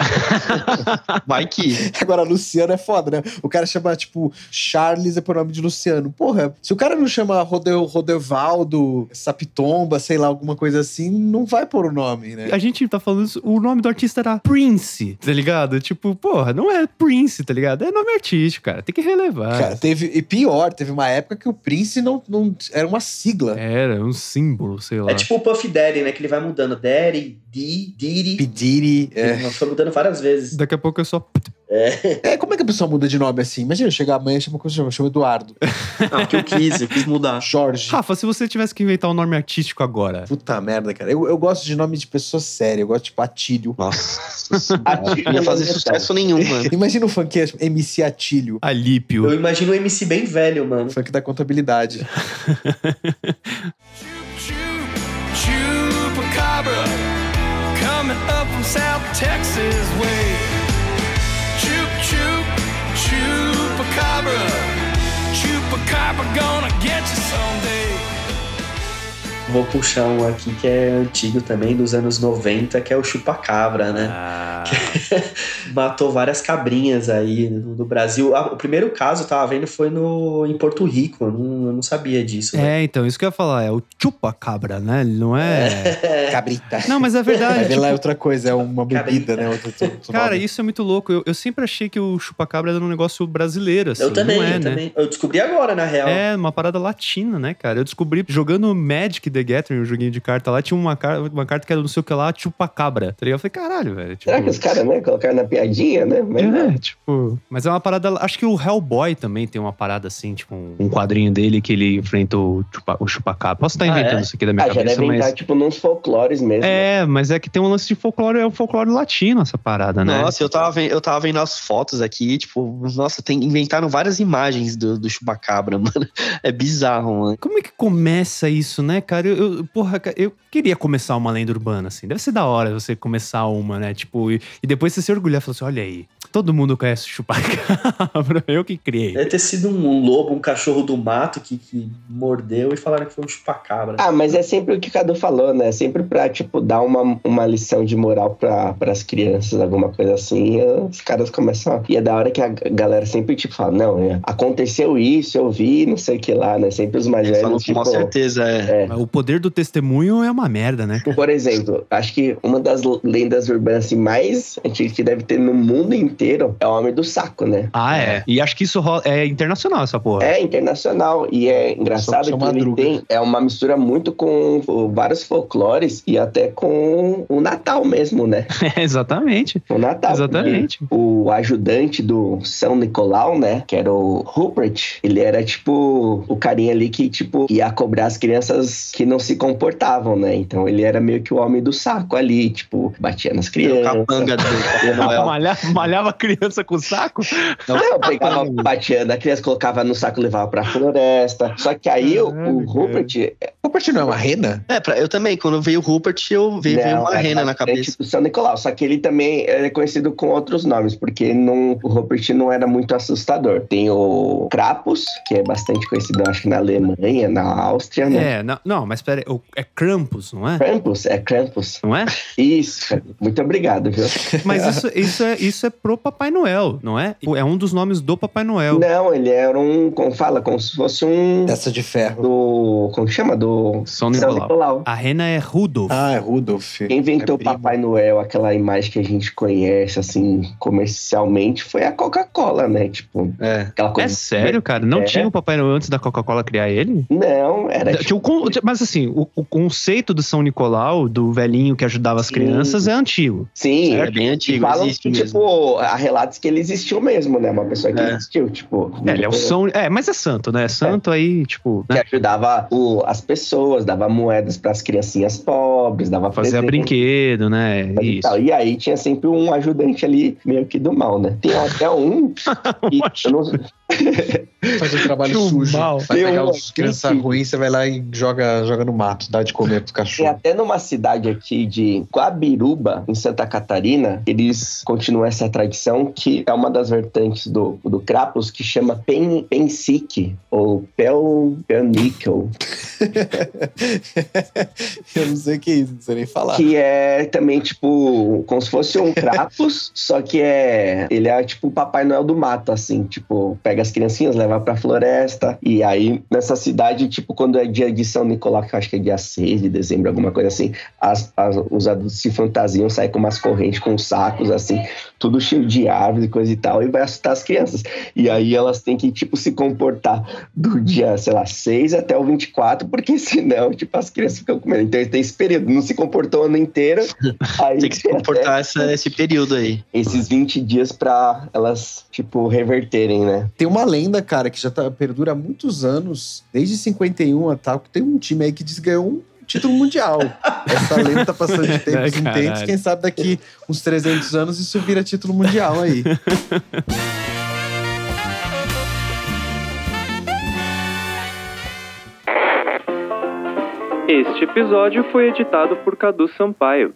[SPEAKER 5] Vai que.
[SPEAKER 2] Agora, Luciano é foda, né? O cara chama, tipo, Charles é por nome de Luciano. Porra, se o cara não chama Rodeu, Rodevaldo, Sapitomba, sei lá, alguma coisa assim, não vai pôr o nome,
[SPEAKER 3] É.
[SPEAKER 2] né?
[SPEAKER 1] A gente tá falando isso, o nome do artista era Prince, tá ligado? Tipo, porra, não é Prince, tá ligado? É nome artístico, cara. Tem que relevar.
[SPEAKER 2] Cara, teve, e pior, teve uma época que o Prince não, não era uma sigla.
[SPEAKER 1] Era um símbolo, sei lá.
[SPEAKER 3] É tipo o Puff Daddy, né? Que ele vai mudando. Daddy, Di, Diddy.
[SPEAKER 2] Pidiri. É.
[SPEAKER 3] Ele Foi mudando várias vezes.
[SPEAKER 1] Daqui a pouco eu só.
[SPEAKER 2] É, como é que a pessoa muda de nome assim? Imagina, chegar amanhã e chama, como chama? Chama Eduardo.
[SPEAKER 1] É.
[SPEAKER 3] Não, que eu quis, eu quis mudar.
[SPEAKER 2] Jorge.
[SPEAKER 1] Rafa, se você tivesse que inventar um nome artístico agora.
[SPEAKER 2] Puta merda, cara. Eu, eu gosto de nome de pessoa séria. Eu gosto tipo, de Patilho.
[SPEAKER 8] Nossa. senhora.
[SPEAKER 4] né?
[SPEAKER 5] Não Ah,
[SPEAKER 4] É
[SPEAKER 5] ia
[SPEAKER 4] um
[SPEAKER 5] fazer sucesso nenhum, mano.
[SPEAKER 1] É.
[SPEAKER 2] Imagina um funkeiro tipo, MC Atilho.
[SPEAKER 1] Alípio.
[SPEAKER 3] Eu imagino um MC bem velho, mano.
[SPEAKER 2] Funk da contabilidade.
[SPEAKER 9] Chupacabra coming up from South Texas way. Chup chup chupacabra. Chupacabra gonna get you someday.
[SPEAKER 3] Vou puxar um aqui que é antigo também, dos anos 90, que é o Chupacabra, né?
[SPEAKER 1] Ah,
[SPEAKER 3] matou várias cabrinhas aí no, no Brasil. Ah, o primeiro caso, tava vendo, foi no, em Porto Rico. Eu não, eu não sabia disso. né?
[SPEAKER 1] é, então, isso que eu ia falar. É o chupa-cabra, né? Ele não é.
[SPEAKER 2] Cabrita.
[SPEAKER 1] Não, mas é verdade.
[SPEAKER 2] Aí vem
[SPEAKER 1] tipo,
[SPEAKER 2] lá é outra coisa, é uma
[SPEAKER 3] Cabrita.
[SPEAKER 2] bebida, né? Outro, outro- outro
[SPEAKER 1] cara,
[SPEAKER 2] nome.
[SPEAKER 1] isso é muito louco. Eu, eu sempre achei que o chupa-cabra era um negócio brasileiro, assim.
[SPEAKER 3] eu também,
[SPEAKER 1] não é, né?
[SPEAKER 3] eu também. Eu descobri agora, na real.
[SPEAKER 1] É, uma parada latina, né, cara? Eu descobri jogando Magic the Gathering, um joguinho de carta lá, tinha uma, car- uma carta que era não sei o que lá, chupacabra. Tá ligado? Eu falei, caralho, velho. Tipo,
[SPEAKER 4] Será que os caras, né, colocaram na piadinha, né? Mas,
[SPEAKER 1] é, tipo. Mas é uma parada. Acho que o Hellboy também tem uma parada assim, tipo, um, um quadrinho dele que ele enfrenta o, chupa, o chupacabra. Posso estar
[SPEAKER 3] Ah,
[SPEAKER 1] inventando
[SPEAKER 3] é?
[SPEAKER 1] isso aqui da minha
[SPEAKER 4] ah, já
[SPEAKER 1] cabeça,
[SPEAKER 4] devem
[SPEAKER 1] mas.
[SPEAKER 4] estar, tipo, nos folclores mesmo.
[SPEAKER 1] É, mas é que tem um lance de folclore, é um folclore latino essa parada, né?
[SPEAKER 5] Nossa, eu tava, vendo, eu tava vendo as fotos aqui, tipo, nossa, tem, inventaram várias imagens do, do chupacabra, mano. É bizarro, mano.
[SPEAKER 1] Como é que começa isso, né, cara? Eu, eu- porra, cara, eu queria começar uma lenda urbana, assim. Deve ser da hora você começar uma, né? Tipo, e, e depois você se orgulhar e falar assim: olha aí, todo mundo conhece o chupacabra, eu que criei.
[SPEAKER 3] Deve ter sido um lobo, um cachorro do mato que, que mordeu e falaram que foi um chupacabra.
[SPEAKER 4] Ah, mas é sempre o que o Cadu falou, né? Sempre pra, tipo, dar uma, uma lição de moral pra, pras crianças, alguma coisa assim. e Os caras começam. a- E é da hora que a g- galera sempre, tipo, fala: não, né? aconteceu isso, eu vi, não sei o que lá, né? Sempre os mais
[SPEAKER 5] Falando
[SPEAKER 4] velhos.
[SPEAKER 5] com maior
[SPEAKER 4] Tipo,
[SPEAKER 5] certeza, é.
[SPEAKER 1] Mas O poder do testemunho é uma merda, né?
[SPEAKER 4] por exemplo, acho que uma das l- lendas urbanas assim, mais antigas que deve ter no mundo inteiro é o Homem do Saco, né?
[SPEAKER 1] Ah, é. E acho que isso rola- é internacional, essa porra.
[SPEAKER 4] É internacional e é engraçado
[SPEAKER 2] Só- só
[SPEAKER 4] que ele
[SPEAKER 2] madruga.
[SPEAKER 4] tem é uma mistura muito com o- vários folclores e até com o Natal mesmo, né?
[SPEAKER 1] É, exatamente.
[SPEAKER 4] O Natal.
[SPEAKER 1] Exatamente.
[SPEAKER 4] O ajudante do São Nicolau, né? Que era o Rupert. Ele era tipo o carinha ali que, tipo, ia cobrar as crianças que não se comportavam, né? Então ele era meio que o homem do saco ali, tipo, batia nas
[SPEAKER 5] É o
[SPEAKER 4] crianças.
[SPEAKER 5] capanga do Papai Noel.
[SPEAKER 1] Malhava, malhava criança com saco?
[SPEAKER 4] Não, pegava, batia na criança, colocava no saco, levava pra floresta. Só que aí o-
[SPEAKER 1] Caralho,
[SPEAKER 4] o Rupert,
[SPEAKER 2] Rupert não é uma rena?
[SPEAKER 5] É, pra, eu também, quando veio o Rupert, eu veio, veio
[SPEAKER 4] Não,
[SPEAKER 5] uma
[SPEAKER 4] é
[SPEAKER 5] rena na
[SPEAKER 4] basicamente
[SPEAKER 5] cabeça.
[SPEAKER 4] o São Nicolau, só que ele também é conhecido com outros nomes, porque não, o Rupert não era muito assustador. Tem o Krapus, que é bastante conhecido, acho que na Alemanha, na Áustria, né?
[SPEAKER 1] É, não, não mas pera, aí, o- é Krampus, não é?
[SPEAKER 4] Krampus, é Krampus.
[SPEAKER 1] Não é?
[SPEAKER 4] Isso, cara. muito obrigado, viu?
[SPEAKER 1] Mas isso, isso, é, isso é pro Papai Noel, não é? É um dos nomes do Papai Noel.
[SPEAKER 4] Não, ele era um, como fala, como se fosse um
[SPEAKER 2] Testa de ferro.
[SPEAKER 4] do, como chama? Do
[SPEAKER 1] São Nicolau. A rena é Rudolf.
[SPEAKER 2] Ah, é Rudolph.
[SPEAKER 4] Quem inventou
[SPEAKER 2] É primo.
[SPEAKER 4] Papai Noel, aquela imagem que a gente conhece, assim, comercialmente, foi a Coca-Cola, né? Tipo,
[SPEAKER 5] É.
[SPEAKER 4] aquela
[SPEAKER 1] É
[SPEAKER 4] coisa.
[SPEAKER 1] sério, cara? Não
[SPEAKER 4] É.
[SPEAKER 1] tinha o Papai Noel antes da Coca-Cola criar ele?
[SPEAKER 4] Não, era tipo,
[SPEAKER 1] Tinha o con- Mas assim, o, o conceito do São Nicolau, do velhinho que ajudava as
[SPEAKER 4] Sim.
[SPEAKER 1] crianças, é antigo.
[SPEAKER 4] Sim,
[SPEAKER 5] É bem antigo,
[SPEAKER 4] falam
[SPEAKER 5] existe
[SPEAKER 4] que,
[SPEAKER 5] mesmo.
[SPEAKER 4] tipo, há relatos que ele existiu mesmo, né? Uma pessoa que
[SPEAKER 5] É.
[SPEAKER 4] existiu, tipo.
[SPEAKER 1] É, ele é o São. É, mas é santo, né? É santo aí, tipo.
[SPEAKER 4] Que
[SPEAKER 1] Né?
[SPEAKER 4] ajudava o- as pessoas, dava moedas para as criancinhas pobres, dava
[SPEAKER 1] Fazia
[SPEAKER 4] presente
[SPEAKER 1] brinquedo, né?
[SPEAKER 4] e
[SPEAKER 1] Isso.
[SPEAKER 4] tal. E aí tinha sempre um ajudante ali, meio que do mal, né? Tem até um. que- eu não-
[SPEAKER 2] Faz um trabalho
[SPEAKER 8] Chumbal.
[SPEAKER 2] sujo. Vai
[SPEAKER 4] Deu
[SPEAKER 2] pegar
[SPEAKER 4] uma
[SPEAKER 2] os crianças
[SPEAKER 4] crítica.
[SPEAKER 2] ruins, você vai lá e joga, joga no mato, dá de comer pros
[SPEAKER 4] Tem
[SPEAKER 2] cachorros.
[SPEAKER 4] É até numa cidade aqui de Guabiruba, em Santa Catarina, eles continuam essa tradição que é uma das vertentes do, do Crapus que chama pen, pensique ou pel, pelníquel,
[SPEAKER 2] Eu não sei o que é isso, não sei nem falar.
[SPEAKER 4] que é também tipo como se fosse um Crapus, só que é ele é tipo o Papai Noel do mato assim, tipo, pega as criancinhas, leva pra floresta e aí nessa cidade, tipo, quando é dia de São Nicolau, que eu acho que é dia 6 de dezembro, alguma coisa assim, as- as- os adultos se fantasiam, saem com umas correntes, com sacos, assim, tudo cheio de árvore, coisa e tal, e vai assustar as crianças. E aí elas têm que, tipo, se comportar do dia, sei lá, 6 até o 24, porque senão, tipo, as crianças ficam com medo. Então tem esse período, não se comportou o ano inteiro, aí
[SPEAKER 5] Tem que se comportar essa- esse período aí.
[SPEAKER 4] esses 20 dias pra elas, tipo, reverterem, né?
[SPEAKER 2] Tem uma lenda, cara, que já tá, perdura há muitos anos, desde 51 a tal, que tem um time aí que diz que ganhou um título mundial. Essa lenda tá passando de tempos em
[SPEAKER 1] Caralho.
[SPEAKER 2] tempos, quem sabe daqui uns 300 anos isso vira título mundial aí.
[SPEAKER 1] Este episódio foi editado por Cadu Sampaio.